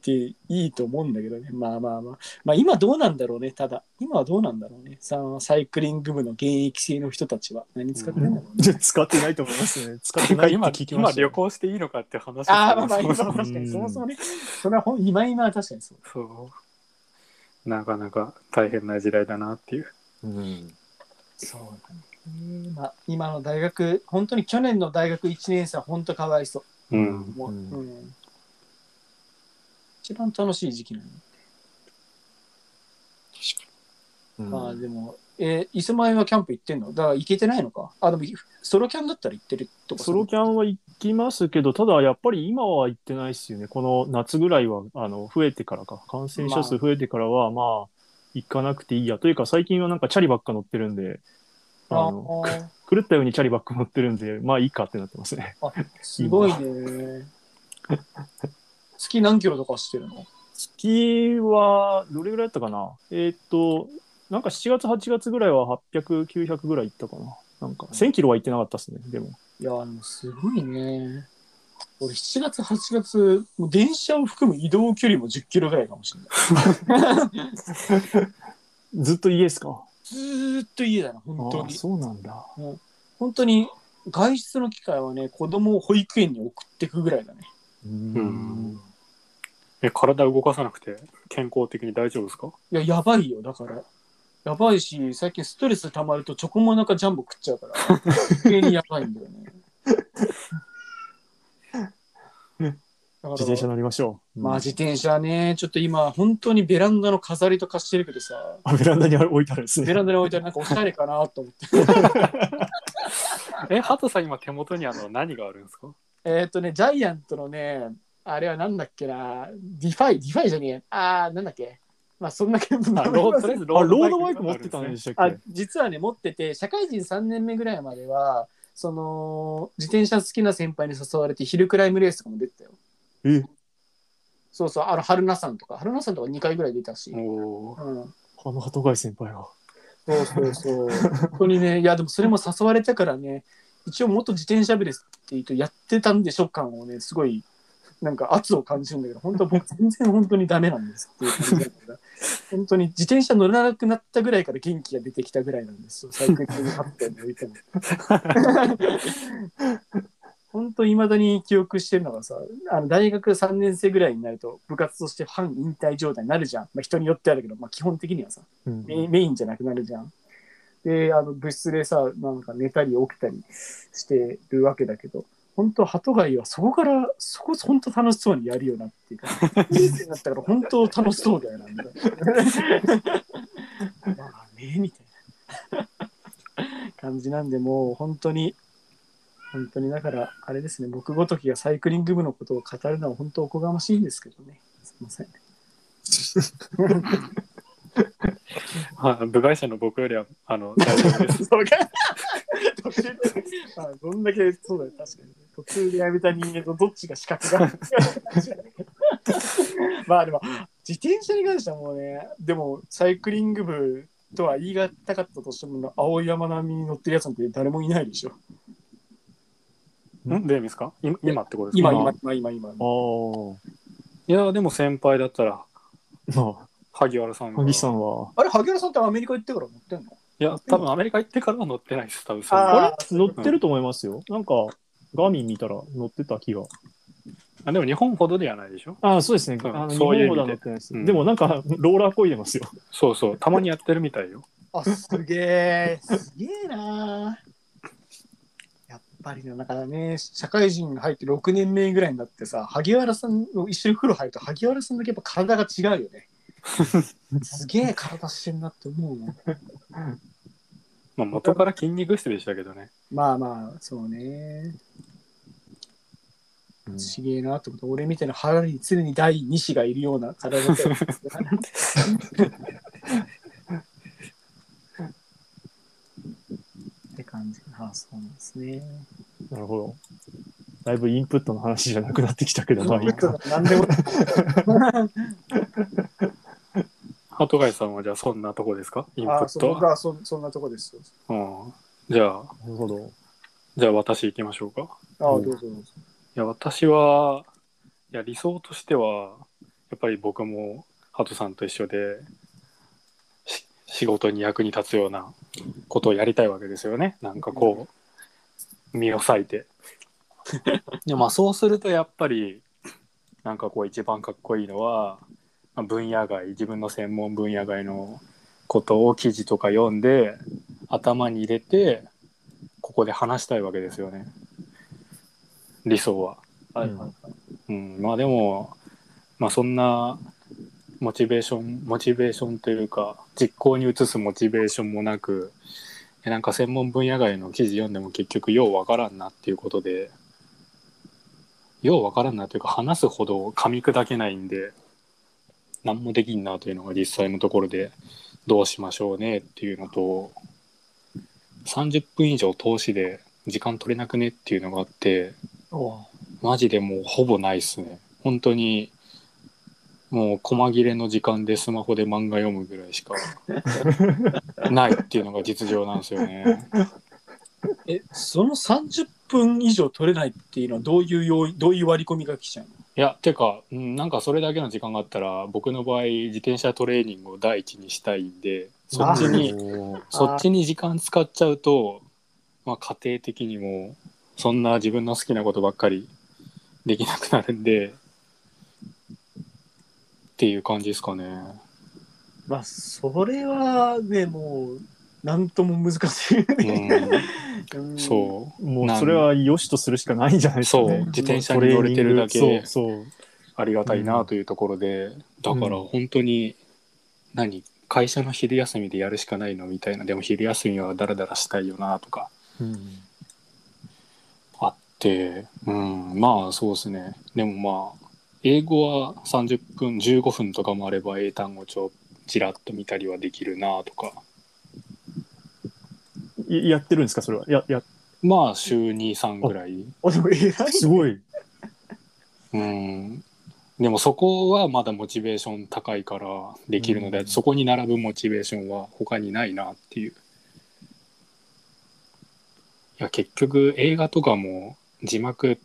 Speaker 2: ていいと思うんだけどね。まあまあまあ。まあ今どうなんだろうね、ただ。今はどうなんだろうね。さサイクリング部の現役性の人たちは何使ってんだろうね。
Speaker 3: に。 [laughs] 使ってないと思いますね。使ってないって
Speaker 1: 今
Speaker 3: 聞きま
Speaker 1: 今
Speaker 3: したよ。
Speaker 1: 旅行していいのかって話ですよね
Speaker 2: ああ、まあまあ、今は
Speaker 1: そう
Speaker 2: 確かに、そもそもね。それはほん今今は確かにそう。
Speaker 1: そうなかなか大変な時代だなっていう。
Speaker 3: うん
Speaker 2: そうなんだねまあ、今の大学、本当に去年の大学1年生は本当かわいそうう。
Speaker 1: ん。
Speaker 2: もう
Speaker 3: うん
Speaker 2: うん一番楽しい時期なのに。
Speaker 3: うん
Speaker 2: まあでも、えー、磯前はキャンプ行ってんのだから行けてないのか。あ、でもソロキャンだったら行ってるとか。
Speaker 3: ソロキャンは行きますけど、ただやっぱり今は行ってないですよね。この夏ぐらいは、あの、増えてからか、感染者数増えてからは、まあ、行かなくていいや。というか、最近はなんかチャリばっか乗ってるんで、あ
Speaker 2: あ
Speaker 3: の、
Speaker 2: ー
Speaker 3: 狂ったようにチャリばっか乗ってるんで、まあいいかってなってますね。
Speaker 2: すごい
Speaker 3: [laughs]
Speaker 2: ね。月何キロとか走ってるの
Speaker 3: 月は、どれぐらいだったかなえーっと、なんか7月、8月ぐらいは800、900ぐらい行ったかな。なんか、1000キロは行ってなかったですね、でも。
Speaker 2: いや、でもすごいね。俺、7月、8月、もう電車を含む移動距離も10キロぐらいかもしれない。
Speaker 3: ずっと家ですか
Speaker 2: ずーっと家だな、本当
Speaker 3: あー
Speaker 2: に。
Speaker 3: そうなんだ。
Speaker 2: 本当に、外出の機会はね、子供を保育園に送ってくぐらいだね。
Speaker 3: う
Speaker 1: うんえ、体動かさなくて健康的に大丈夫ですか
Speaker 2: いや、やばいよ、だから。やばいし、最近ストレス溜まるとチョコモナカジャンボ食っちゃうから、余計にやばいんだよね。だだから
Speaker 3: 自転車乗りましょう。
Speaker 2: まあ
Speaker 3: うん
Speaker 2: 自転車ね、ちょっと今、本当にベランダの飾りとかしてるけどさ、
Speaker 3: あベランダにある置いてあるんです
Speaker 2: ベ
Speaker 3: ね。
Speaker 2: ランダに置いてあるなんかおしゃれかなと思って。 [laughs]
Speaker 1: え、ハトさん今手元にあの何があるんですか
Speaker 2: えーっとね、ジャイアントのね、あれはなんだっけな、ディファイ、ディファイじゃねえ、あー、なんだっけ。まあそんなけど、
Speaker 1: あローとりあえず
Speaker 3: あ、ロードバイク持ってたんで
Speaker 1: し
Speaker 3: したっ
Speaker 2: あ
Speaker 3: け
Speaker 2: 実はね持ってて社会人3年目ぐらいまではその自転車好きな先輩に誘われてヒルクライムレースとかも出てたよ
Speaker 3: え
Speaker 2: そうそうあの春菜さんとか春菜さんとか2回ぐらい出たし、うん、
Speaker 1: おー
Speaker 3: あの鳩貝先輩は。
Speaker 2: そうそうそう本当にねいやでもそれも誘われたからね一応元自転車部ですって言うとやってたんでしょ感をねすごいなんか圧を感じるんだけど本当僕全然本当にダメなんですっていう感じだから本当に自転車乗らなくなったぐらいから元気が出てきたぐらいなんですよ最近に発展においても本当いまだに記憶してるのがさあの大学3年生ぐらいになると部活として反引退状態になるじゃん、まあ、人によってあるけど、まあ、基本的にはさ
Speaker 3: うん
Speaker 2: メインメインじゃなくなるじゃん。で、あの、物質でさ、なんか寝たり起きたりしてるわけだけど、本当鳩貝はそこから、そこ、本当楽しそうにやるよなっていうか、
Speaker 3: [laughs]
Speaker 2: 人生になったから本当楽しそうだよな、みた
Speaker 3: [laughs]
Speaker 2: いな。まあね、みたいな感じなんで、もう本当に、本当にだから、あれですね、僕ごときがサイクリング部のことを語るのは本当おこがましいんですけどね。すいません。
Speaker 1: はい部外者の僕よりは、あの、大丈 [laughs] 夫です。
Speaker 2: そうか。途中で、まあ、どんだけ、そうだよ、確かに。途中でやめた人間とどっちが資格が。まあでも、自転車に関してはもうね、でも、サイクリング部とは言い難かったとしても、青い山並みに乗ってるやつなんて誰もいないでしょ。
Speaker 1: んでですか今今ってことですか
Speaker 2: 今、今、今、今、今。
Speaker 3: あ
Speaker 1: いや、でも先輩だったら、
Speaker 3: あ。ま
Speaker 1: 萩原さん
Speaker 3: あ、
Speaker 1: が
Speaker 3: 萩さんは。
Speaker 2: あれ、萩原さんってアメリカ行ってから乗ってんの
Speaker 1: いや、多分アメリカ行ってからは乗ってないです、多分そん
Speaker 2: あー
Speaker 1: な。
Speaker 3: あれ乗ってると思いますよ。なんか、ガミ見たら乗ってた気が。
Speaker 1: あでも日本ほどではないでしょ
Speaker 3: ああ、そうですね。
Speaker 1: うん
Speaker 3: あの日
Speaker 1: そう
Speaker 3: 本
Speaker 1: いう意味で
Speaker 3: 語では乗ってないです。
Speaker 1: うん
Speaker 3: でもなんか、ローラーこいでますよ。
Speaker 1: そうそう、たまにやってるみたいよ。
Speaker 2: あ、すげえ、すげえなやっぱりな、だからね、社会人入って6年目ぐらいになってさ、萩原さんの一緒に風呂入ると、萩原さんだけやっぱ体が違うよね。すげえ体してんなって思うもん。
Speaker 1: まあ、元から筋肉質でしたけどね。
Speaker 2: まあまあ、そうね。すげえなってこと。俺みたいな腹に常に第二子がいるような体だったよって感じ。あ、そうなんですね。
Speaker 3: なるほど。だいぶインプットの話じゃなくなってきたけど、まあいいか。
Speaker 2: [laughs] 何でも
Speaker 1: 鳩貝さんはじゃあそんなとこですかインプ
Speaker 2: あ
Speaker 1: ッ
Speaker 2: そう僕
Speaker 1: ト。
Speaker 2: はそそんなとこですよ。
Speaker 1: うん、じゃあ、
Speaker 3: なるほど。
Speaker 1: じゃあ私行きましょうか。
Speaker 2: あど
Speaker 3: う
Speaker 2: う
Speaker 3: ん
Speaker 2: ぞどうぞ。
Speaker 1: いや、私は、いや、理想としては、やっぱり僕も鳩さんと一緒で、し仕事に役に立つようなことをやりたいわけですよね。なんかこう、身を割いて。でまあそうするとやっぱり、なんかこう一番かっこいいのは、まあ分野外、自分の専門分野外のことを記事とか読んで、頭に入れて、ここで話したいわけですよね。理想は。
Speaker 2: はいはいはい
Speaker 1: うん、まあでも、まあ、そんなモチベーションモチベーションというか実行に移すモチベーションもなくえなんか専門分野外の記事読んでも結局ようわからんなっていうことでようわからんなというか話すほど噛み砕けないんで何もできんなというのが実際のところでどうしましょうねっていうのと30分以上通しで時間取れなくねっていうのがあって。
Speaker 2: お
Speaker 1: マジでもうほぼないっすね。本当に、もう細切れの時間でスマホで漫画読むぐらいしかないっていうのが実情なんですよね。
Speaker 2: え、その30分以上取れないっていうのはどういう要因どういう割り込みが来ちゃうの
Speaker 1: いや、てか、うんなんかそれだけの時間があったら、僕の場合、自転車トレーニングを第一にしたいんで、そっちに、そっちに時間使っちゃうと、まあ家庭的にも、そんな自分の好きなことばっかりできなくなるんで、っていう感じですかね。
Speaker 2: まあ、それはね、もう、なんとも難しいよ
Speaker 1: う
Speaker 2: ね。
Speaker 1: ん
Speaker 2: うん
Speaker 1: そ
Speaker 3: もうそれは良しとするしかないんじゃないですか、ね。
Speaker 1: そう自転車に乗れてるだけ
Speaker 3: そう、そう。
Speaker 1: ありがたいなというところで、だから本当に何会社の昼休みでやるしかないのみたいなでも昼休みはダラダラしたいよなとか
Speaker 3: うん
Speaker 1: あってうんまあそうですねでもまあ英語は30分15分とかもあれば英単語帳ちらっと見たりはできるなとか
Speaker 3: いやってるんですかそれは。や、や、
Speaker 1: まあ週23ぐらい
Speaker 2: おでも偉い
Speaker 3: すごい。
Speaker 1: うんでもそこはまだモチベーション高いからできるので、
Speaker 3: うん
Speaker 1: そこに並ぶモチベーションは他にないなっていう。いや結局映画とかも字幕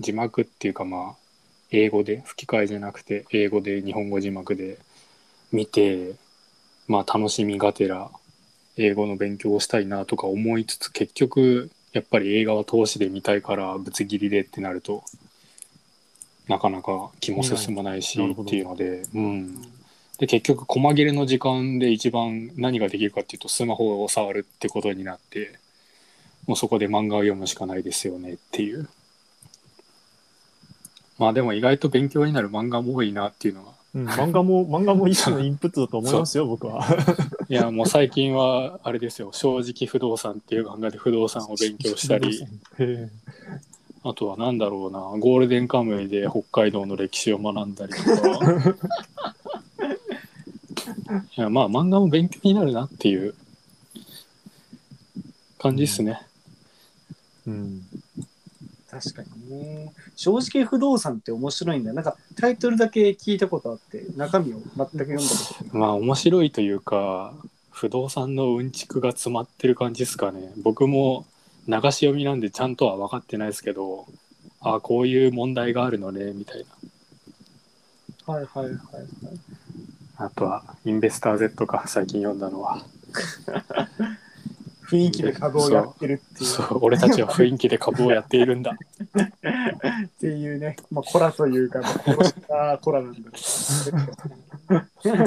Speaker 1: 字幕っていうかまあ英語で吹き替えじゃなくて英語で日本語字幕で見てまあ楽しみがてら英語の勉強をしたいなとか思いつつ結局やっぱり映画は通しで見たいからぶつ切りでってなるとなかなか気も進まないし
Speaker 3: なるほ
Speaker 1: っ
Speaker 3: ど
Speaker 1: ていうので、うん、で結局細切れの時間で一番何ができるかっていうとスマホを触るってことになってもうそこで漫画を読むしかないですよねっていうまあでも意外と勉強になる漫画も多いなっていうのが
Speaker 2: [laughs]
Speaker 3: うん、漫画も、漫画も一種のインプットだと思いますよ、僕は。
Speaker 1: いやもう最近はあれですよ「正直不動産」っていう漫画で不動産を勉強したり。
Speaker 3: へ
Speaker 1: あとは何だろうなゴールデンカムイで北海道の歴史を学んだりとかいやまあ漫画も勉強になるなっていう感じっすね、
Speaker 3: えうん。
Speaker 2: 確かにね。正直不動産って面白いんだよ。なんかタイトルだけ聞いたことあって、中身を全く読んだことない。
Speaker 1: まあ面白いというか不動産のうんちくが詰まってる感じですかね僕も流し読みなんでちゃんとは分かってないですけどああこういう問題があるのねみたいな
Speaker 2: はいはいはいはい。
Speaker 1: あとはインベスター Z か最近読んだのは
Speaker 2: 雰囲気で株をやってるっていう
Speaker 1: そう俺たちは雰囲気で株をやっているん
Speaker 2: [laughs]
Speaker 1: だ
Speaker 2: っていうね、まあ、コラというか、まあ、殺したコラなんだけど。 [laughs]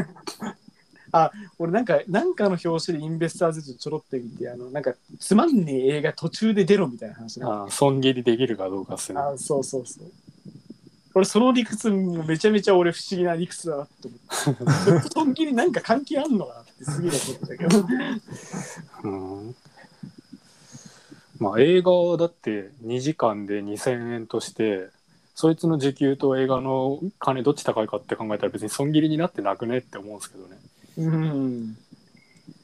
Speaker 2: あ、俺なんか、なんかの表紙でインベスターズちょろって見て、あの、なんか、つまんねえ映画途中で出ろみたいな話な。
Speaker 1: ああ損切りできるかどうかっすね
Speaker 2: あ、そうそうそう。俺、その理屈、めちゃめちゃ俺不思議な理屈だなと思って。とんぎりなんか関係あんのかなってすげえ思ったけど。
Speaker 1: うんまあ映画はだって2時間で2,000円としてそいつの時給と映画の金どっち高いかって考えたら別に損切りになってなくねって思うんですけどね
Speaker 2: うん。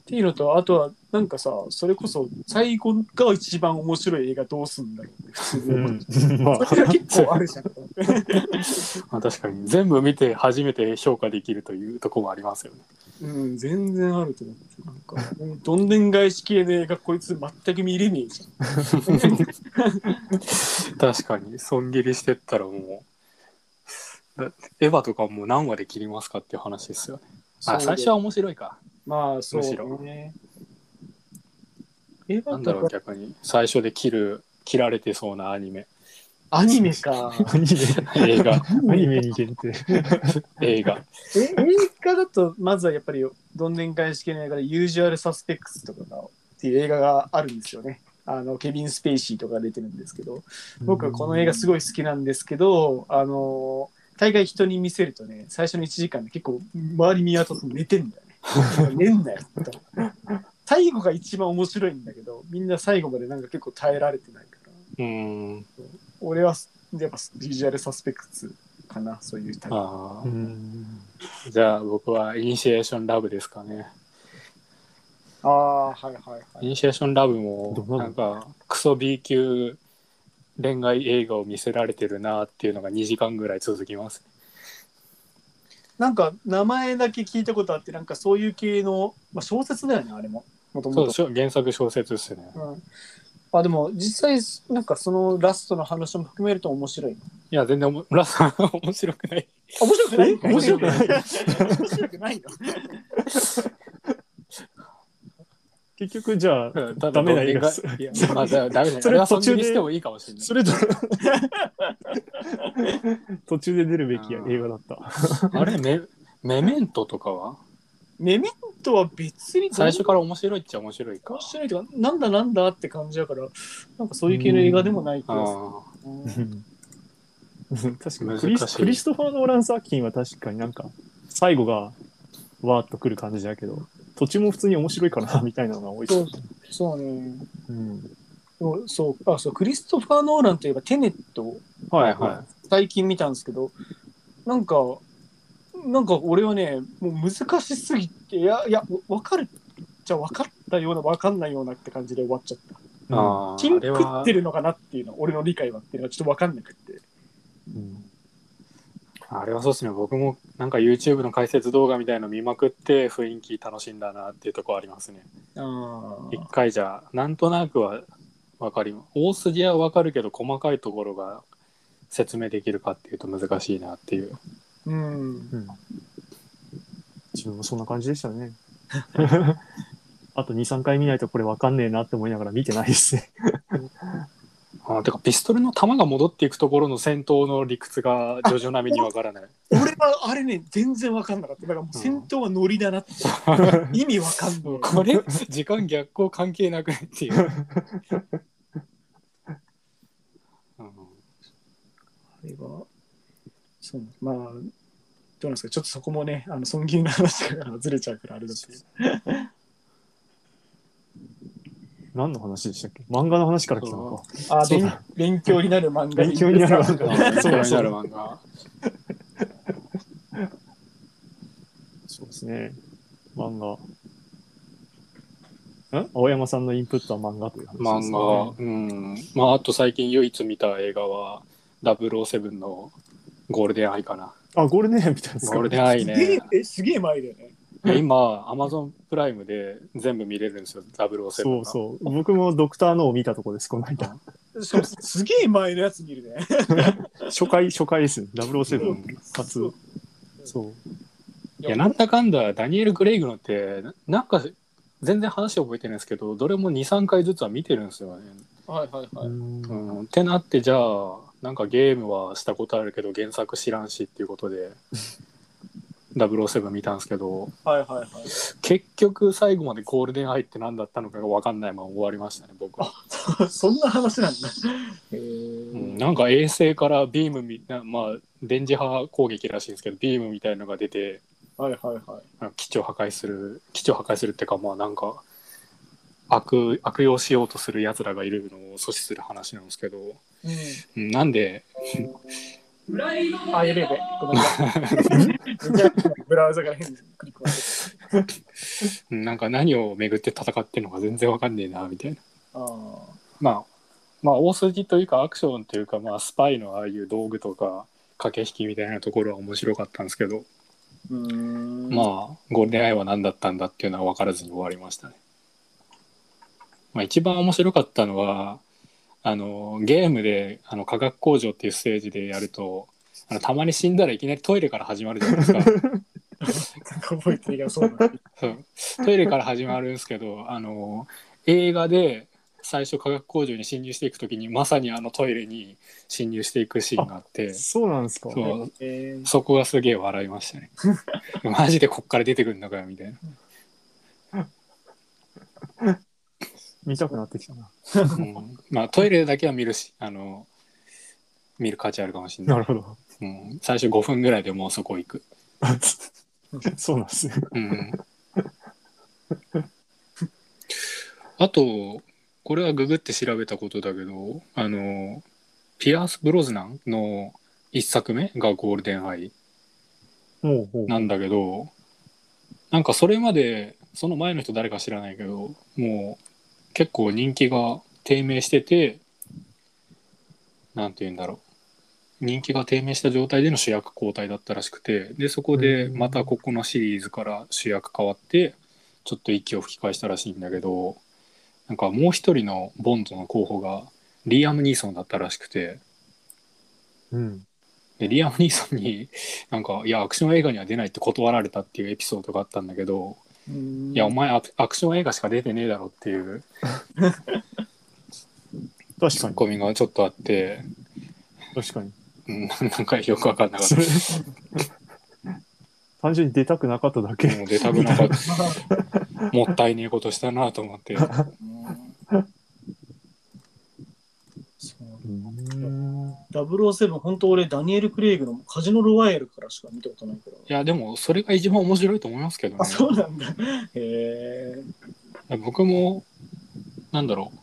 Speaker 2: っていうのと、あとは、なんかさ、それこそ、最後が一番面白い映画どうすんだろうって普通に思っちゃう。
Speaker 3: [laughs] まあ、
Speaker 2: それは結構あるじゃん。
Speaker 1: まあ確かに全部見て初めて評価できるというとこもありますよね
Speaker 2: うん、全然あると思って。なんか、どんでん返し系の映画、こいつ全く見れねえじ [laughs]
Speaker 1: 確かに損切りしてったらもうだエヴァとかもう何話で切りますかっていう話ですよね
Speaker 2: ゃん。
Speaker 1: あ最初
Speaker 2: は。
Speaker 1: は面白いか
Speaker 2: まあ、そう
Speaker 1: むしろ
Speaker 2: ね。映
Speaker 1: な
Speaker 2: 画
Speaker 1: んだ
Speaker 2: だ
Speaker 1: ろう
Speaker 2: か
Speaker 1: 逆に最初で切る切られてそうなアニメ
Speaker 2: アニメか。
Speaker 3: アニ
Speaker 1: 映 [laughs] 画
Speaker 2: [laughs]
Speaker 3: メ、アニメに限定。
Speaker 1: 映画
Speaker 2: え映画だと、まずはやっぱり、どんでん返し系の映画で、ユージュアルサスペックスとかが、っていう映画があるんですよね。あの、ケビン・スペイシーとか出てるんですけど。僕はこの映画すごい好きなんですけど、あの大概人に見せるとね最初の1時間で結構周り見渡すと寝てんだよね [laughs] 寝んなよと最後が一番面白いんだけどみんな最後までなんか結構耐えられてないから
Speaker 1: うん
Speaker 2: 俺はやっぱビジュアルサスペクツかなそういうタイプ
Speaker 1: ああ
Speaker 3: うん。
Speaker 1: じゃあ僕はイニシエーションラブですかね。
Speaker 2: ああはいはい
Speaker 1: イニシエーションラブ
Speaker 3: ど
Speaker 1: も
Speaker 3: うなの
Speaker 1: なんかクソ B 級恋愛映画を見せられてるなっていうのが2時間ぐらい続きます。
Speaker 2: なんか名前だけ聞いたことあってなんかそういう系の、まあ、小説だよねあれももとも
Speaker 1: そ
Speaker 2: と
Speaker 1: うしょ原作小説ですね。
Speaker 2: うんあでも実際なんかそのラストの話も含めると面白い
Speaker 1: いや全然おもラス面白く [laughs] ない。
Speaker 2: 面白くないんか
Speaker 3: え面白くない
Speaker 2: 面白くないの
Speaker 3: 結局、じゃあ、
Speaker 1: た
Speaker 3: ダメな映画です
Speaker 1: いやまあだダメな映画。
Speaker 3: そ
Speaker 1: そ
Speaker 3: れ
Speaker 1: れは途
Speaker 3: 途中
Speaker 1: 中
Speaker 3: で
Speaker 1: にしてもいいかもしれない
Speaker 3: [laughs] そ。れと、途中で出るべきや映画だった。
Speaker 1: あれメメメントとかは
Speaker 2: メメントは別に
Speaker 1: 最初から面白いっちゃ面白いか
Speaker 2: 面。白いとかなんだなんだって感じだからなんかそういう系の映画でもない気
Speaker 1: あ
Speaker 2: がす
Speaker 1: あ
Speaker 2: るな、
Speaker 3: うん確かに
Speaker 1: 難しい
Speaker 3: クリスクリストファー・ノーラン作品は確かになんか最後がわーっとくる感じだけど土地も普通に面白いかなみたいなのが多い
Speaker 2: そうそうね。
Speaker 3: うん、
Speaker 2: そうそうあそうクリストファー・ノーランといえばテネット
Speaker 3: は
Speaker 1: は
Speaker 3: い
Speaker 1: い
Speaker 3: は
Speaker 2: 最近見たんですけどなんかなんか俺はねもう難しすぎていやいや分かるじゃ分かったような分かんないようなって感じで終わっちゃった。
Speaker 3: い、
Speaker 1: ああ、
Speaker 2: 金
Speaker 1: あれ
Speaker 2: 食
Speaker 1: は
Speaker 2: って、るのかなっていうの俺の理解はっていうのはちょっと分かんなくって。
Speaker 3: うん
Speaker 1: あれはそうですね。僕もなんか YouTube の解説動画みたいの見まくって雰囲気楽しんだなっていうところありますね。
Speaker 2: あ
Speaker 1: 一回じゃ、なんとなくはわかります。大筋はわかるけど、細かいところが説明できるかっていうと難しいなっていう。
Speaker 2: うん。
Speaker 3: うん自分もそんな感じでしたね [laughs] あと23回見ないとこれわかんねえなって思いながら見てないですね [laughs]
Speaker 1: ああ、てかピストルの弾が戻っていくところの戦闘の理屈が徐々並みにわからない。
Speaker 2: 俺はあれね全然分かんなかっただからもう戦闘はノリだなって、意味分かんない。
Speaker 1: これ、時間逆行関係なくねっていう。うん
Speaker 2: あれは、そう、まあ、どうなんですか、ちょっとそこもね、あの尊厳の話からずれちゃうからあれだけど、
Speaker 3: 何の話でしたっけ漫画の話から来たのか
Speaker 2: あ
Speaker 3: そう
Speaker 2: 勉
Speaker 3: だ
Speaker 2: 勉強になる漫画
Speaker 3: 勉強になる漫
Speaker 1: そう
Speaker 3: 画
Speaker 1: そう
Speaker 3: そ
Speaker 1: な
Speaker 3: う
Speaker 1: る漫画。
Speaker 3: そうですね漫画ん青山さんのインプットは漫画という話ですね
Speaker 1: 漫画、うん。まあ、あと最近唯一見た映画は、007のゴールデンアイかな。
Speaker 3: あゴールデンアイみたいですか
Speaker 1: ゴールデンアイ
Speaker 2: すげえ
Speaker 1: ね。
Speaker 2: えすげえ前だよね。
Speaker 1: 今、アマゾンプライムで全部見れるんですよ、007が。
Speaker 3: そうそう僕もドクターのを見たとこですこの間 [laughs]
Speaker 2: そうすげえ前のやつ見るね。
Speaker 3: 初回、初回ですね。007初。
Speaker 2: そう
Speaker 3: そう。
Speaker 1: いや、なんだかんだ、ダニエル・グレイグのって、ななんか、全然話覚えてないんですけど、どれも2、3回ずつは見てるんですよね。
Speaker 2: はいはいはい。
Speaker 1: うん、ってなってじゃあなんかゲームはしたことあるけど原作知らんしっていうことで007見たんですけど
Speaker 2: はいはいはい。
Speaker 1: 結局最後までゴールデンアイって何だったのかが分かんないまま終わりましたね僕は、
Speaker 2: そそんな話なんだ。へえ
Speaker 1: うん、なんか衛星からビームみなまあ電磁波攻撃らしいんですけどビームみたいのが出て
Speaker 2: はいはいはい。
Speaker 1: なんか基地を破壊する基地を破壊するっていうかまあなんか悪悪用しようとするやつらがいるのを阻止する話なんですけど、うん、なんで
Speaker 2: あ、やべやべ。ごめんなさい。めっちゃブラウザから変にクリック押して
Speaker 1: うんなんか何を巡って戦ってるのか全然わかんねえなみたいな。
Speaker 2: あー
Speaker 1: まあまあ大筋というかアクションというかまあスパイのああいう道具とか駆け引きみたいなところは面白かったんですけど、
Speaker 2: うーん
Speaker 1: まあゴールデンアイは何だったんだっていうのは分からずに終わりましたね。まあ、一番面白かったのはあのゲームであの化学工場っていうステージでやるとあのたまに死んだらいきなりトイレから始まるじゃないですか。
Speaker 2: なんか覚えてるけど、そうなんだ。
Speaker 1: そう [laughs] トイレから始まるんですけどあの映画で最初化学工場に侵入していく時にまさにあのトイレに侵入していくシーンがあって
Speaker 3: そうなんですか。
Speaker 1: そう
Speaker 2: え
Speaker 1: そこがすげえ笑いました
Speaker 3: [laughs]
Speaker 1: ねマジでこっから出てくるのかよみたいな、
Speaker 3: 見たくなってきたな。
Speaker 1: うんまあトイレだけは見るしあの見る価値あるかもしれない、
Speaker 3: るほど。
Speaker 1: うん、最初5分ぐらいでもうそこ行く、
Speaker 3: そうなんですね。
Speaker 1: うん、あとこれはググって調べたことだけどあのピアース・ブロズナンの一作目が「ゴールデンアイ
Speaker 3: もう、も」う。
Speaker 1: なんだけどなんかそれまでその前の人誰か知らないけどもう結構人気が低迷しててなんて言うんだろう人気が低迷した状態での主役交代だったらしくてでそこでまたここのシリーズから主役変わってちょっと息を吹き返したらしいんだけどなんかもう一人のボンドの候補がリーアム・ニーソンだったらしくて。
Speaker 3: うん。
Speaker 1: でリアム・ニーソンになんか「いやアクション映画には出ない」って断られたっていうエピソードがあったんだけど「
Speaker 2: ー、
Speaker 1: いやお前アクアクション映画しか出てねえだろ」っていう
Speaker 3: 確
Speaker 1: ツ
Speaker 3: か
Speaker 1: ッ
Speaker 3: に。
Speaker 1: コミがちょっとあって、
Speaker 3: 確かに。 [laughs]
Speaker 1: うん、 [laughs] なんかよく分かんなかっ
Speaker 3: そ
Speaker 1: た
Speaker 3: れ単純に出たくなかっただ
Speaker 1: も
Speaker 3: け。
Speaker 1: う出たくなかったもったいねえことしたなと
Speaker 2: [laughs]
Speaker 1: 思って
Speaker 2: うんそう
Speaker 3: うん
Speaker 2: 007、本当俺、ダニエル・クレイグのカジノ・ロワイヤルからしか見たことないから。
Speaker 1: いや、でも、それが一番面白いと思いますけどね。
Speaker 2: あ、そうなんだ。へえ。
Speaker 1: 僕も、なんだろう、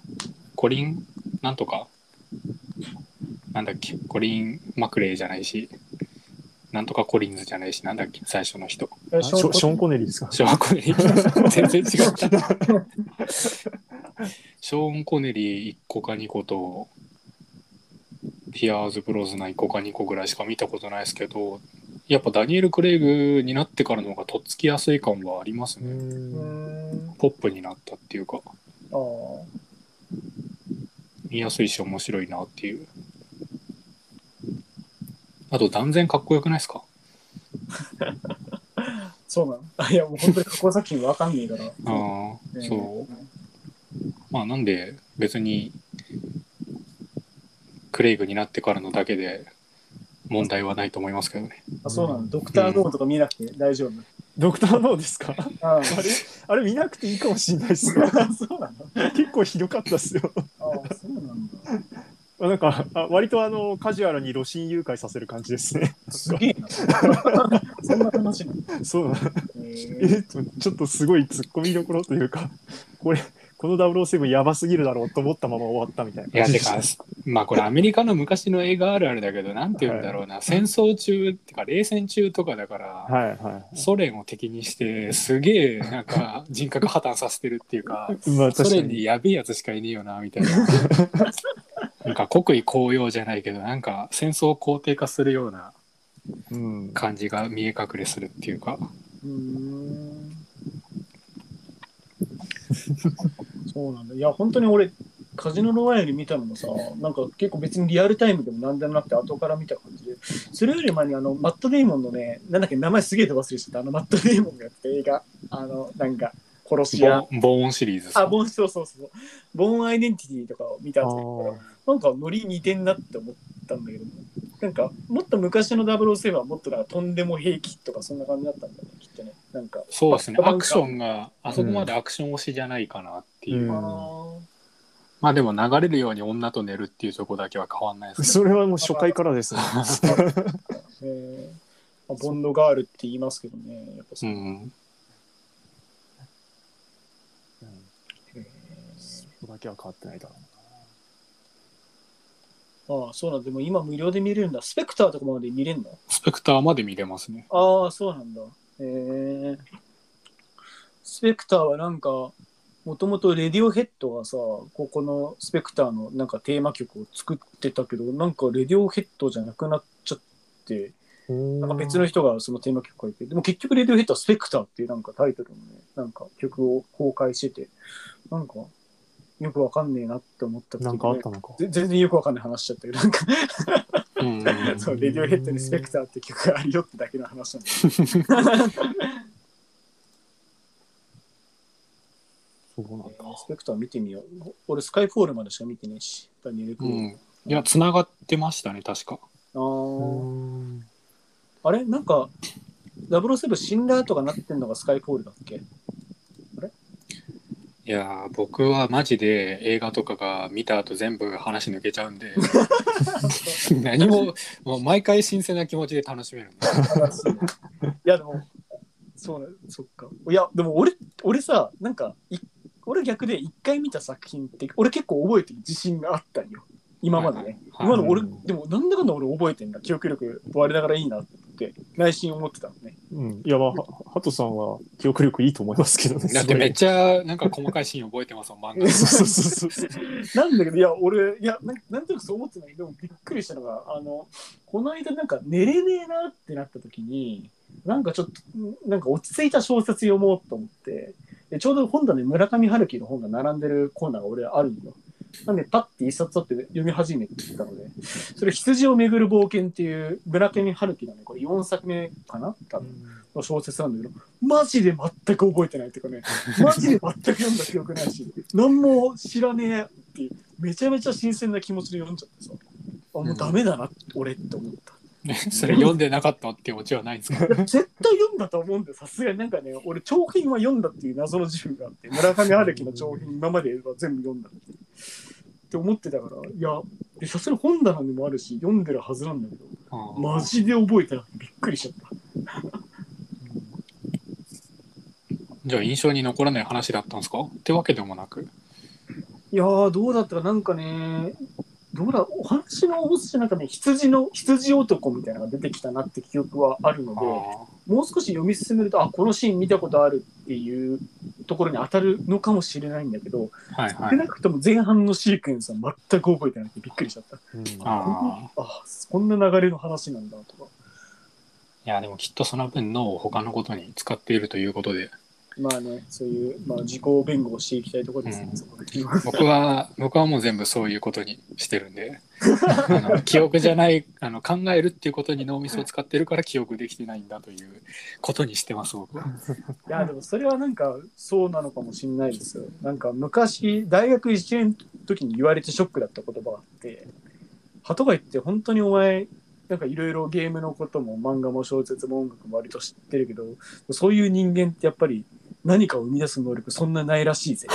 Speaker 1: コリン、なんとか、なんだっけ、コリン・マクレイじゃないし、なんとかコリンズじゃないし、なんだっけ、最初の人。
Speaker 2: え
Speaker 3: あショショーン・コネリーですか
Speaker 1: ショーン・コネリー。全然違った。 [laughs] ショーン・コネリー1個か2個と、ピアーズ・ブロズナ1個か2個ぐらいしか見たことないですけど、やっぱダニエル・クレイグになってからの方がとっつきやすい感はあります
Speaker 3: う
Speaker 1: ね。
Speaker 2: うー
Speaker 3: ん
Speaker 2: ん。
Speaker 1: ポップになったっていうか、
Speaker 2: ああ。
Speaker 1: 見やすいし面白いなっていう。あと断然かっこよくないですか
Speaker 2: そうなのあいや、もう本当に過去作品わかんねえから。
Speaker 1: ああ、
Speaker 2: ね
Speaker 1: そう。まあなんで別にクレイグになってからのだけで問題はないと思いますけどね。
Speaker 2: あ、そうなのドクター・ノーとか見なくて大丈夫。
Speaker 3: ドクター・ノーですか [laughs]
Speaker 2: ああ、
Speaker 3: あれあれ見なくていいかもしれないですね。
Speaker 2: そうなの
Speaker 3: [laughs] 結構ひどかったっすよ。 [laughs]
Speaker 2: ああ、そうなんだ。
Speaker 3: なんか、あ割とあの、カジュアルに露心誘拐させる感じですね。 [laughs]
Speaker 2: すげえな。 [laughs] そんな話なの
Speaker 3: そうなの
Speaker 2: へ
Speaker 3: え
Speaker 2: え
Speaker 3: っと、ちょっとすごい突っ込みどころというか、これ、この007やばすぎるだろうと思ったまま終わったみたいない
Speaker 1: や
Speaker 3: [laughs] 感じ
Speaker 1: て
Speaker 3: でした。
Speaker 1: かまあこれアメリカの昔の映画あるあるだけどなんて言うんだろうな、戦争中ってか冷戦中とかだから、
Speaker 3: はいはい。
Speaker 1: ソ連を敵にしてすげえなんか人格破綻させてるっていうか。
Speaker 3: まあ
Speaker 1: ソ
Speaker 3: 確か
Speaker 1: 連
Speaker 3: に。
Speaker 1: にやべえやつしかいねえよなみ
Speaker 3: [laughs]
Speaker 1: たいななんか国威高揚じゃないけどなんか戦争を肯定化するような
Speaker 3: うん。
Speaker 1: 感じが見え隠れするっていうか
Speaker 2: うーん。そうなんだ。いや、本当に俺、カジノロワイヤル見たのもさ、なんか結構別にリアルタイムでも何でもなくて、後から見た感じで、それより前にあの、マット・デイモンのね、なんだっけ、名前すげえと忘れちゃった、あの、マット・デイモンがやってた映画、あの、なんか、殺し屋。
Speaker 1: ボンボーンシリーズ
Speaker 2: [laughs] あ、ボーン、そうそうそう。ボーン・アイデンティティとかを見た
Speaker 3: あ
Speaker 2: んですけど、なんかノリ似てんなって思ったんだけども、なんか、もっと昔の007はもっとなんかとんでも兵器とかそんな感じだったんだよね、きっとね。なんか、
Speaker 1: そうですね
Speaker 2: バ
Speaker 1: ア
Speaker 2: ックバン
Speaker 1: ク
Speaker 2: カ
Speaker 1: シ
Speaker 2: ー
Speaker 1: ョンがあそこまでアクション推しじゃないかなっていう、
Speaker 3: うん
Speaker 2: あの
Speaker 1: まあでも流れるように女と寝るっていうとこだけは変わんないで
Speaker 3: あ。
Speaker 1: す
Speaker 3: それはもう初回からですね。
Speaker 2: ー [laughs] えーまあボンドガールって言いますけどね、やっぱ
Speaker 1: け
Speaker 2: そ
Speaker 1: ど
Speaker 2: う、
Speaker 1: うん
Speaker 2: え
Speaker 3: そこだけは変わってないだろ
Speaker 2: ーああ、そうなんだ。でも今無料で見れるんだ。スペクターとかまで見れるの
Speaker 1: スペクターまで見れますね
Speaker 2: ああ、そうなんだ。えー、スペクターはなんか、もともとレディオヘッドがさ、ここのスペクターのなんかテーマ曲を作ってたけど、なんかレディオヘッドじゃなくなっちゃって、
Speaker 3: う
Speaker 2: なんか別の人がそのテーマ曲書いて、でも結局レディオヘッドはスペクターっていうなんかタイトルのね、なんか曲を公開してて、なんかよくわかんねえなって思ったけど
Speaker 3: なんかあったのか。
Speaker 2: ぜ全然よくわかんない話しちゃったけど、なんか
Speaker 1: うん
Speaker 2: [laughs] そう、レディオヘッドにスペクターって曲があるよってだけの話なんだけ
Speaker 3: そうなんだ。
Speaker 2: ど、スペクター見てみよう。俺、スカイフォールまでしか見てねえし、ダニエル・ク
Speaker 1: う
Speaker 2: レイグ
Speaker 1: んいや繋がってましたね確か
Speaker 2: あー
Speaker 3: うん
Speaker 2: あれなんか、007死んだ後がなってんのがスカイフォールだっ
Speaker 1: [laughs]
Speaker 2: け
Speaker 1: いやー僕はマジで映画とかが見た後全部話抜けちゃうん
Speaker 2: [laughs]
Speaker 1: で何ももう毎回新鮮な気持ちで楽しめるん
Speaker 2: [laughs]
Speaker 1: で
Speaker 2: いやでもそうねそっかいやでも俺俺さなんかい俺逆で一回見た作品って俺結構覚えてる自信があったんよ今までね、
Speaker 1: はい
Speaker 2: 今の俺、
Speaker 3: はい
Speaker 2: でもなんだかんだ俺覚えてんだ記憶力我ながらいいなって内心思ってたのね
Speaker 3: うん。いや、まあ、はハトさんは記憶力いいと思いますけどね。
Speaker 1: だってめっちゃなんか細かいシーン覚えてますもん漫
Speaker 2: [laughs]
Speaker 1: 画
Speaker 3: そうそうそうそう。
Speaker 2: なんだけどいや俺いやなんなんとなくそう思ってたんだけどでもびっくりしたのがあのこの間なんか寝れねえなってなった時になんかちょっとなんか落ち着いた小説読もうと思ってでちょうど本棚に村上春樹の本が並んでるコーナーが俺あるんよなんでパッて一冊取って読み始めてたのでそれ「羊をめぐる冒険」っていう村上春樹のねこれ4作目かな多分の小説なんだけど、マジで全く覚えてないっていうかね、マジで全く読んだ記憶ないし、何も知らねえっていう、めちゃめちゃ新鮮な気持ちで読んじゃってさ、あもうダメだな、俺って思った。
Speaker 1: それ読んでなかったっていうオチはないんですか
Speaker 2: 絶対読んだと思うんだよ、さすがになんかね、俺、長編は読んだっていう謎の自負があって、村上春樹の長編、今までは全部読んだっていうって思ってたから、いや、でさすが本棚にもあるし読んでるはずなんだけど
Speaker 1: あー
Speaker 2: マジで覚えてなくてびっくりしちゃった
Speaker 1: じゃあ印象に残らない話だったんですかってわけでもなく。
Speaker 2: いやーどうだったかなんかねどうだお話のおじなんかね羊の羊男みたいなのが出てきたなって記憶はあるの
Speaker 1: あ
Speaker 2: でもう少し読み進めるとあこのシーン見たことあるっていうところに当たるのかもしれないんだけど
Speaker 1: あ、はいは
Speaker 2: 少
Speaker 1: い。
Speaker 2: なくとも前半のシークエンスは全く覚えてなくてびっくりしちゃった
Speaker 3: うん
Speaker 1: ああ。
Speaker 2: あこんな流れの話なんだとか
Speaker 1: いや、でもきっとその分脳を他のことに使っているということで、
Speaker 2: まあねそういう、まあ、自己弁護をしていきたいところですね、
Speaker 1: うん
Speaker 2: そこで
Speaker 1: 僕は、 [laughs] 僕はもう全部そういうことにしてるんで、あ [laughs] の記憶じゃない、あの考えるっていうことに脳みそを使ってるから記憶できてないんだということにしてます、 [laughs] 僕は。
Speaker 2: いやでもそれはなんかそうなのかもしれないですよ。なんか昔大学1年の時に言われてショックだった言葉があって「鳩が言って本当にお前なんかいろいろゲームのことも漫画も小説も音楽も割と知ってるけどそういう人間ってやっぱり何かを生み出す能力そんなないらしいぜ」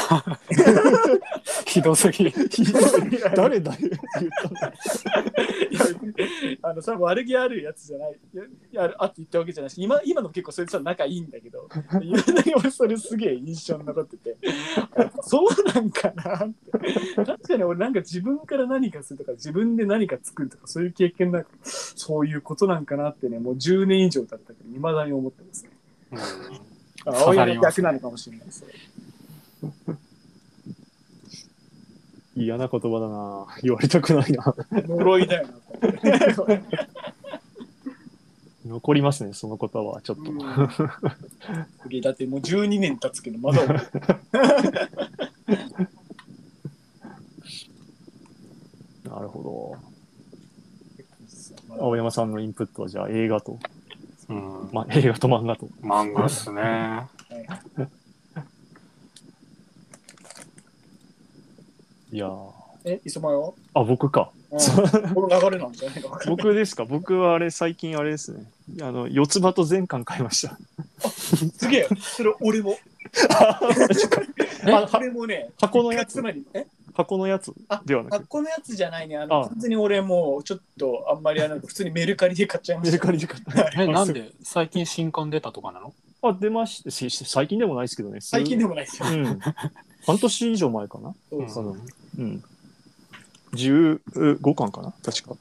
Speaker 1: ひどすぎる。
Speaker 3: 誰誰言ったんだ
Speaker 2: いやあのそれは悪気あるやつじゃないいやいやあって言ったわけじゃないし今今の結構それとは仲いいんだけどいまだに俺それすげえ印象に残って [laughs] てそうなんかなって確かに俺なんか自分から何かするとか自分で何か作るとかそういう経験なんかそういうことなんかなってねもう10年以上経ったけどいまだに思ってますね
Speaker 1: うん
Speaker 2: 青柳の逆なのかもしれないです
Speaker 3: 嫌な言葉だな言われたくないな
Speaker 2: 呪いだよなと思って
Speaker 3: 残りますねその言葉はちょっと、 [laughs]
Speaker 2: うん次だってもう12年経つけどまだ覚えてる
Speaker 3: なるほ
Speaker 2: んですよま
Speaker 3: ど
Speaker 2: だ
Speaker 3: 青山さんのインプットはじゃあ映画と、
Speaker 1: うん。
Speaker 3: ま、映画と漫画と
Speaker 1: 漫画っすね。
Speaker 3: いやー
Speaker 2: え、磯前は、
Speaker 3: あ僕か
Speaker 2: うん、この流れなんじゃないのか。
Speaker 3: 僕ですか僕はあれ最近あれですねあの四つ葉と全巻買いました
Speaker 2: すげえ、それ俺も。
Speaker 1: え
Speaker 2: ああれもね、
Speaker 3: 箱のやつ
Speaker 2: つまり、え、
Speaker 3: 箱のやつではな
Speaker 2: あ
Speaker 3: く
Speaker 2: このやつじゃないね。あの、
Speaker 3: あ
Speaker 2: 完全に俺もうちょっとあんまりあの普通にメルカリで買っちゃいま
Speaker 3: メ
Speaker 2: し
Speaker 3: ル
Speaker 2: た。
Speaker 3: カリで買った
Speaker 1: え、なんで最近新刊出たとかなの
Speaker 3: あ出ましたしし最近でもないですけどね
Speaker 2: 最近
Speaker 3: で
Speaker 2: でもないですよ。
Speaker 3: うん半年以上前かな
Speaker 2: そう
Speaker 1: うん
Speaker 3: そのうん15巻かな確か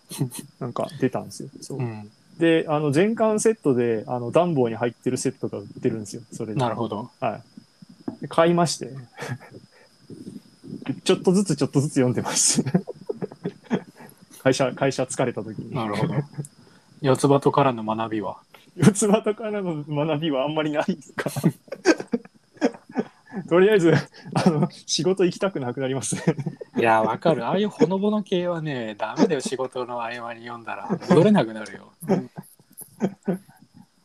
Speaker 3: なんか出たんですよそう
Speaker 1: うん。
Speaker 3: であの全巻セットであの暖房に入ってるセットが売ってるんですよそれで
Speaker 1: なるほど。
Speaker 3: で買いまして [laughs] ちょっとずつちょっとずつ読んでます [laughs] 会社会社疲れた時に
Speaker 1: なるほど。 [laughs] 四つ葉とからの学びは。
Speaker 3: 四つ葉とからの学びはあんまりないか [laughs] なとりあえずあの仕事行きたくなくなりますね
Speaker 1: いや、わかる。ああいうほのぼの系はね、ダメだよ、仕事の合間に読んだら。戻れなくなるよ。 [laughs]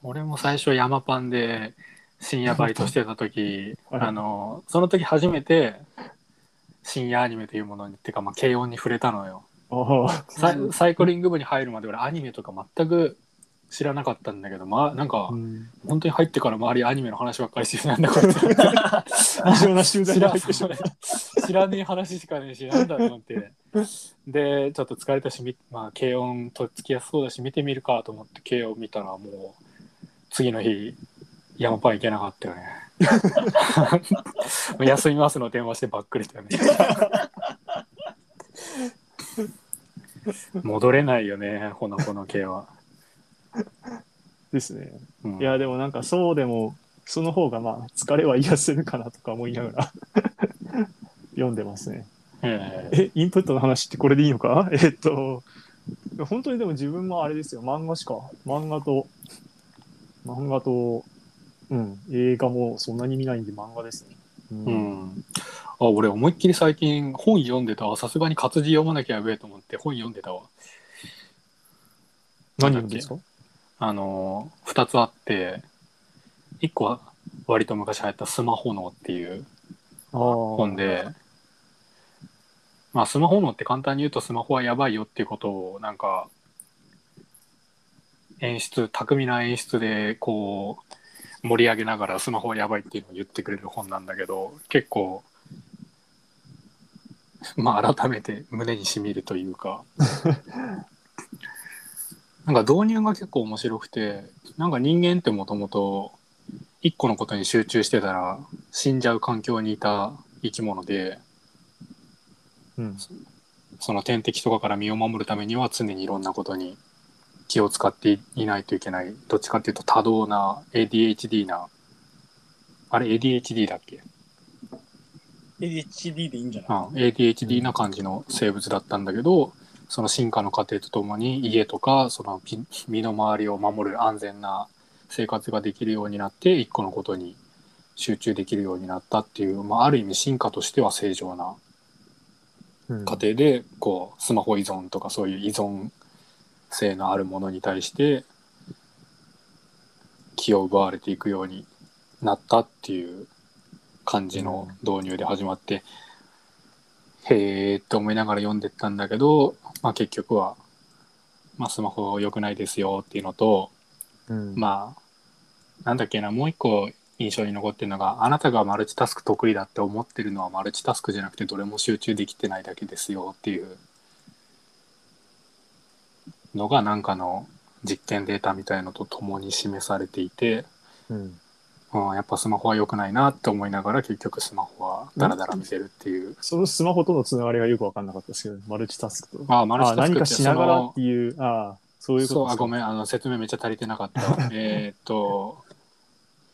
Speaker 1: 俺も最初、山パンで深夜バイトしてた時
Speaker 3: はい
Speaker 1: あの、その時初めて、深夜アニメというものに、ってか、まあ、軽音に触れたのよ。
Speaker 3: あ [laughs] あ
Speaker 1: サイ
Speaker 2: うん
Speaker 1: サイクリング部に入るまで俺アニメとか全く知らなかったんだけど、まあ、なんか本当に入ってから周りアニメの話ばっかりしてなんだこれ
Speaker 3: 異常な集団
Speaker 1: 知
Speaker 3: に
Speaker 1: ら
Speaker 3: 入ってしまう
Speaker 1: 知らねえ話しかねえしなんだと思ってでちょっと疲れたし、みまあ、軽音とっつきやすそうだし見てみるかと思って軽音見たらもう次の日山パン行けなかったよ
Speaker 3: [laughs]
Speaker 1: ねもう休みますの電話してばっくりだ
Speaker 3: [laughs]
Speaker 1: よね戻れないよねほのぼの系は、
Speaker 3: ですね
Speaker 1: うん
Speaker 3: いやでもなんかそうでもその方がまあ疲れは癒せるかなとか思いながら [laughs] 読んでますね
Speaker 1: ええ
Speaker 3: えインプットの話ってこれでいいのか [laughs] えっと本当にでも自分もあれですよ漫画しか漫画と漫画とうん映画もそんなに見ないんで漫画ですねうん
Speaker 1: うん、あ俺思いっきり最近本読んでたわさすがに活字読まなきゃやべえと思って本読んでたわ
Speaker 3: 何読んでるんですか
Speaker 1: あの2つあって1個は割と昔流行った「スマホ脳」っていう
Speaker 3: あ
Speaker 1: 本
Speaker 3: ー
Speaker 1: でまあスマホ脳って簡単に言うとスマホはやばいよっていうことをなんか演出巧みな演出でこう盛り上げながらスマホはやばいっていうのを言ってくれる本なんだけど結構まあ改めて胸にしみるというかなんか導入が結構面白くてなんか人間ってもともと一個のことに集中してたら死んじゃう環境にいた生き物で
Speaker 3: うん。
Speaker 1: その天敵とかから身を守るためには常にいろんなことに気を使っていないといけないどっちかっていうと多動な ADHD なあれ ADHD だっけ
Speaker 2: ADHD でいいんじゃない
Speaker 1: うん、ADHD な感じの生物だったんだけどその進化の過程とともに家とかその身身の回りを守る安全な生活ができるようになって一個のことに集中できるようになったっていう、まあ、ある意味進化としては正常な
Speaker 3: うん
Speaker 1: 過程でこうスマホ依存とかそういう依存性のあるものに対して気を奪われていくようになったっていう感じの導入で始まって、へえって思いながら読んでったんだけど、まあ、結局は、まあ、スマホ良くないですよっていうのと、
Speaker 3: うん
Speaker 1: まあ、なんだっけな、もう一個印象に残ってるのが、あなたがマルチタスク得意だって思ってるのはマルチタスクじゃなくてどれも集中できてないだけですよっていうのがなんかの実験データみたいのと共に示されていて、
Speaker 3: うん
Speaker 1: うん、やっぱスマホは良くないなって思いながら結局スマホはダラダラ見てるっていう。
Speaker 3: そのスマホとのつながりがよく分かんなかったですけど、マルチタスクと。
Speaker 1: ああ、マルチ
Speaker 3: あ
Speaker 1: タス
Speaker 3: 何
Speaker 1: クっ
Speaker 3: か
Speaker 1: て
Speaker 3: し
Speaker 1: そ
Speaker 3: ながら
Speaker 1: の
Speaker 3: っていう、ああ、そういうこと
Speaker 1: そうあご
Speaker 3: ん。
Speaker 1: めんあの説明めっちゃ足りてなかった
Speaker 3: [laughs]
Speaker 1: えーっと、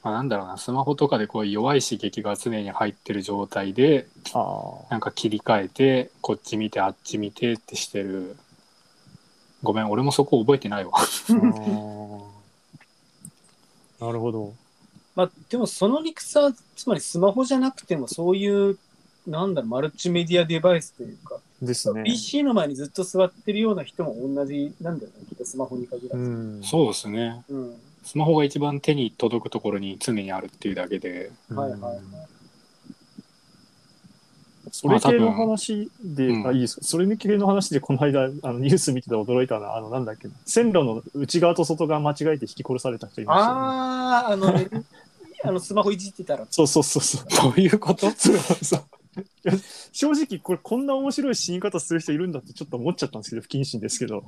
Speaker 1: まあ、なんだろうなスマホとかでこう弱い刺激が常に入ってる状態で
Speaker 3: ああ。
Speaker 1: なんか切り替えてこっち見てあっち見てってしてるごめん俺もそこ覚えてないわ
Speaker 3: あーなるほど。
Speaker 2: まあ、でもその理屈は、つまりスマホじゃなくても、そういう、なんだろう、マルチメディアデバイスというか、
Speaker 3: ですね。
Speaker 2: PC の前にずっと座ってるような人も同じなんだよね、きっとスマホに限ら
Speaker 3: う
Speaker 2: ず。
Speaker 3: ん。
Speaker 1: そうですね
Speaker 2: うん。
Speaker 1: スマホが一番手に届くところに常にあるっていうだけで
Speaker 2: はいはいはい。
Speaker 3: それ系の
Speaker 1: まあ多分
Speaker 3: 話で、
Speaker 1: うん
Speaker 3: あ、いいですか。それ系の話で、この間、あの、ニュース見てて驚いたのは、あの、なんだっけな。線路の内側と外側間違えて引き殺された人いましたよね。
Speaker 2: ああ、あの、あのスマホいじってたら、
Speaker 3: そうそうそう [laughs] そう。
Speaker 1: どういうこと
Speaker 3: そうそういや正直これこんな面白い死に方する人いるんだってちょっと思っちゃったんですけど不謹慎ですけど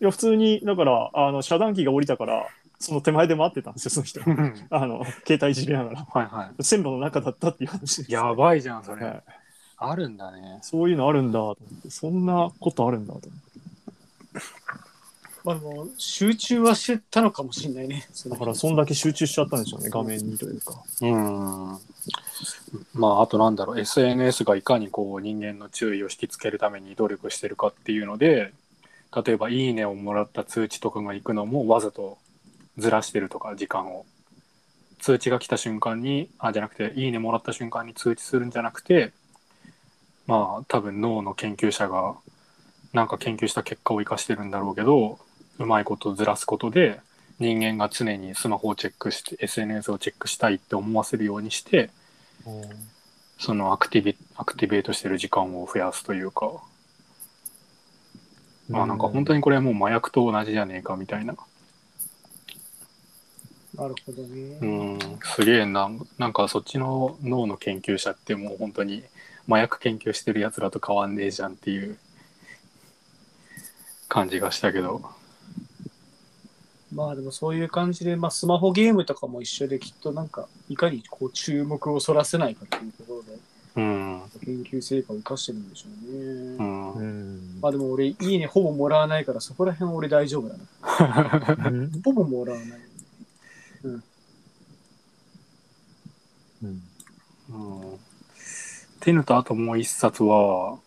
Speaker 3: いや普通にだからあの遮断機が降りたからその手前で待ってたんですよその人 [laughs]
Speaker 1: はい
Speaker 3: あの携帯いじりながら
Speaker 1: は
Speaker 3: 線路の中だったっていう話です
Speaker 1: いやばいじゃんそれ、
Speaker 3: はい
Speaker 1: あるんだね
Speaker 3: そういうのあるんだと思ってそんなことあるんだと思って
Speaker 2: あの、集中はしてたのかもしれないね。その
Speaker 3: だからそんだけ集中しちゃったんでしょうね画面にというか
Speaker 1: うんまああとなんだろう SNS がいかにこう人間の注意を引きつけるために努力してるかっていうので例えば「いいね」をもらった通知とかが行くのもわざとずらしてるとか時間を通知が来た瞬間にあじゃなくて「いいね」もらった瞬間に通知するんじゃなくてまあ多分脳の研究者がなんか研究した結果を生かしてるんだろうけどうまいことずらすことで人間が常にスマホをチェックして SNS をチェックしたいって思わせるようにしてそのアクティビアクティベートしてる時間を増やすというか、まあなんか本当
Speaker 3: に
Speaker 1: にこれもう麻薬と同じじゃねえかみたいな
Speaker 2: なるほどね。
Speaker 1: うんすげえななんかそっちの脳の研究者ってもう本当に麻薬研究してるやつらと変わんねえじゃんっていう感じがしたけど
Speaker 2: まあでもそういう感じで、まあスマホゲームとかも一緒できっとなんか、いかにこう注目をそらせないかっていうところで、
Speaker 1: うん、
Speaker 2: 研究成果を生かしてるんでしょうね。
Speaker 1: うん
Speaker 3: [laughs] うん
Speaker 2: まあでも俺、いいねほぼもらわないから、そこら辺俺大丈夫だな。
Speaker 3: うん
Speaker 2: ほぼもらわない。
Speaker 3: うん
Speaker 1: うんっていうのとあともう一冊は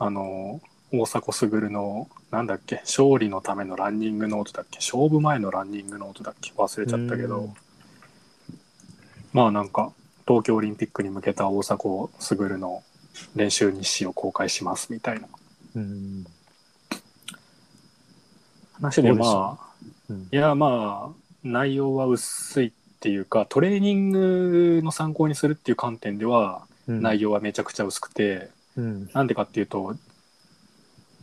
Speaker 1: あの大迫傑のなんだっけ勝利のためのランニングノートだっけ勝負前のランニングノートだっけ忘れちゃったけど、
Speaker 3: うん
Speaker 1: まあなんか東京オリンピックに向けた大迫傑の練習日誌を公開しますみたいな
Speaker 3: うん
Speaker 1: 話で
Speaker 3: どうでした
Speaker 1: まあ
Speaker 3: うん
Speaker 1: いやまあ内容は薄いっていうかトレーニングの参考にするっていう観点では
Speaker 3: うん
Speaker 1: 内容はめちゃくちゃ薄くて。
Speaker 3: うん
Speaker 1: なんでかっていうと、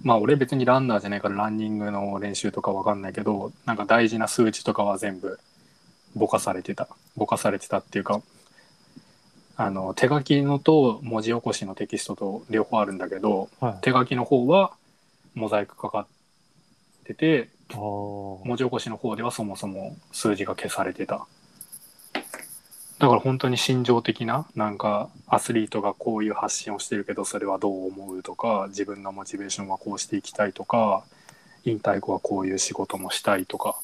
Speaker 1: まあ俺別にランナーじゃないからランニングの練習とかわかんないけど、なんか大事な数値とかは全部ぼかされてた。ぼかされてたっていうか、あの手書きのと文字起こしのテキストと両方あるんだけど
Speaker 3: はい。
Speaker 1: 手書きの方はモザイクかかってて
Speaker 3: あー
Speaker 1: 文字起こしの方ではそもそも数字が消されてただから本当に心情的ななんかアスリートがこういう発信をしてるけどそれはどう思うとか自分のモチベーションはこうしていきたいとか引退後はこういう仕事もしたいとか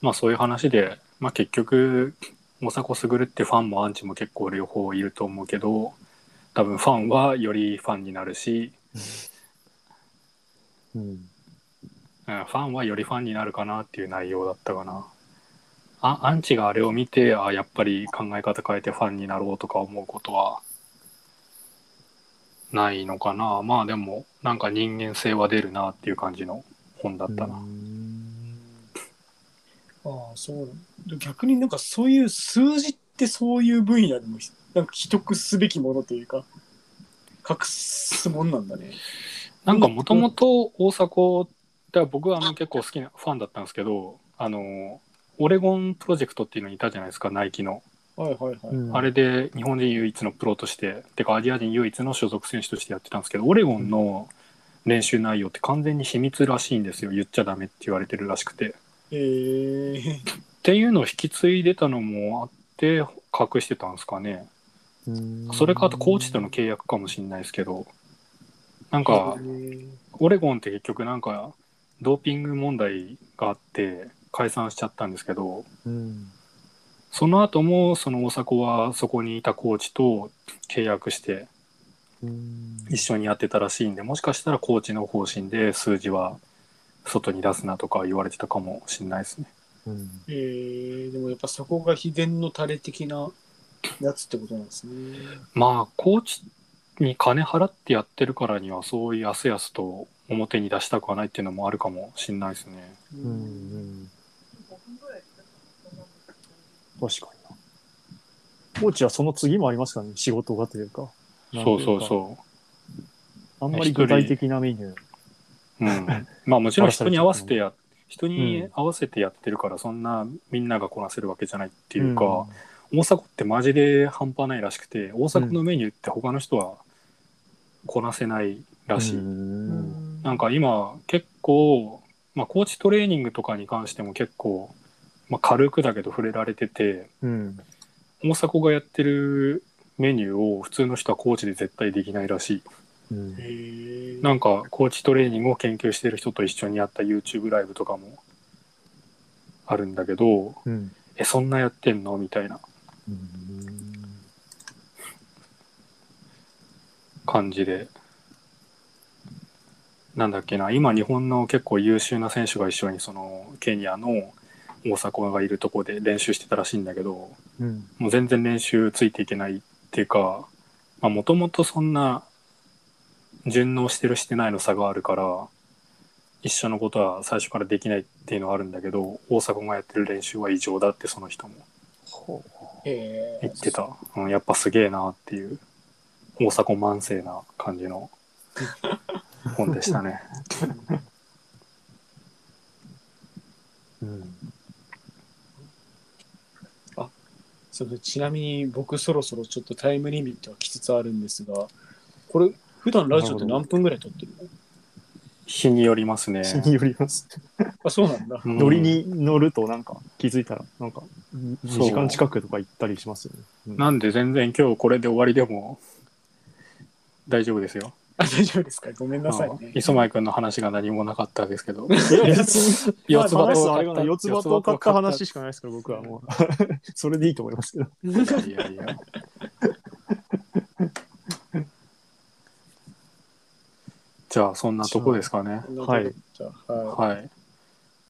Speaker 1: まあそういう話で、まあ、結局大迫傑ってファンもアンチも結構両方いると思うけど多分ファンはよりファンになるし
Speaker 3: うん。
Speaker 1: うん、ファンはよりファンになるかなっていう内容だったかな。あアンチがあれを見てあやっぱり考え方変えてファンになろうとか思うことはないのかなまあでもなんか人間性は出るなっていう感じの本だったな、
Speaker 2: ああ、そうだ逆になんかそういう数字ってそういう分野でもひ、なんか秘匿すべきものというか、隠すもんなんだね。
Speaker 1: なんかもともと大迫って僕はあの結構好きなファンだったんですけどあのオレゴンプロジェクトっていうのにいたじゃないですかナイキの
Speaker 2: はいはいはい。
Speaker 3: うん
Speaker 1: あれで日本人唯一のプロとして、てかアジア人唯一の所属選手としてやってたんですけど、オレゴンの練習内容って完全に秘密らしいんですよ。言っちゃダメって言われてるらしくて。っ
Speaker 2: えー、
Speaker 1: ていうのを引き継いでたのもあって、隠してたんですかね。
Speaker 3: うん
Speaker 1: それかあとコーチとの契約かもしれないですけど、なんか
Speaker 2: え、ー
Speaker 1: オレゴンって結局なんか、ドーピング問題があって、解散しちゃったんですけど、
Speaker 3: うん
Speaker 1: その後もその大迫はそこにいたコーチと契約して、
Speaker 3: うん
Speaker 1: 一緒にやってたらしいんでもしかしたらコーチの方針で数字は外に出すなとか言われてたかもしれないですね。
Speaker 3: うん
Speaker 2: えー、でもやっぱそこが秘伝のタレ的なやつってことなんですね。
Speaker 1: まあコーチに金払ってやってるからにはそういうやすやすと表に出したくはないっていうのもあるかもしれないですね。
Speaker 2: う
Speaker 3: うんうん確かにな。コーチはその次もありますからね、仕事がというか。
Speaker 1: そうそう
Speaker 3: う。
Speaker 1: そ
Speaker 3: あんまり具体的なメニュー。
Speaker 1: う。うん、 [laughs] まあもちろん人に合わせて [laughs] や人に合わせてやってるからそんなみんながこなせるわけじゃないっていうか、大迫ってマジで半端ないらしくて大迫のメニューって他の人はこなせないらしい。
Speaker 3: うん
Speaker 2: うん
Speaker 1: なんか今結構、まあ、コーチトレーニングとかに関しても結構、まあ、軽くだけど触れられてて
Speaker 3: うん。
Speaker 1: 大迫がやってるメニューを普通の人はコーチで絶対できないらし
Speaker 3: うん
Speaker 2: えー
Speaker 1: いなんかコーチトレーニングを研究してる人と一緒にやった YouTube ライブとかもあるんだけど
Speaker 3: うん。
Speaker 1: えそんなやってんのみたいな感じでなんだっけな今日本の結構優秀な選手が一緒にそのケニアの大迫がいるとこで練習してたらしいんだけど
Speaker 3: うん。
Speaker 1: もう全然練習ついていけないっていうかもともとそんな順応してるしてないの差があるから一緒のことは最初からできないっていうのはあるんだけど大迫がやってる練習は異常だってその人も
Speaker 3: ほ
Speaker 2: えー
Speaker 1: 言ってた、うん、やっぱすげえなっていう大迫慢性な感じの本でしたね
Speaker 3: ううん。
Speaker 2: そのちなみに僕そろそろちょっとタイムリミットは来つつあるんですがこれ普段ラジオって何分ぐらい撮ってるの
Speaker 1: 日によりますね
Speaker 3: 日によります。
Speaker 2: あそうなんだ [laughs]
Speaker 1: うん
Speaker 3: 乗りに乗るとなんか気づいたら、なんか
Speaker 1: そう
Speaker 3: 2時間近くとか行ったりしますよね。うん
Speaker 1: なんで全然今日これで終わりでも大丈夫ですよ
Speaker 2: あ大丈夫ですかごめんなさい
Speaker 1: うん
Speaker 2: ね
Speaker 1: 磯前くんの話が何もなかったですけど
Speaker 3: いや
Speaker 2: [laughs]
Speaker 3: 別に、
Speaker 1: 四つ葉
Speaker 3: まあ話す
Speaker 1: と
Speaker 3: あれがない四つ葉と買った話しかないですから、僕はもう。それでいいと思いますけど。
Speaker 1: いやいやじゃあそんなとこですかね
Speaker 2: そんなとこ
Speaker 3: はい
Speaker 2: じゃあはい
Speaker 1: はい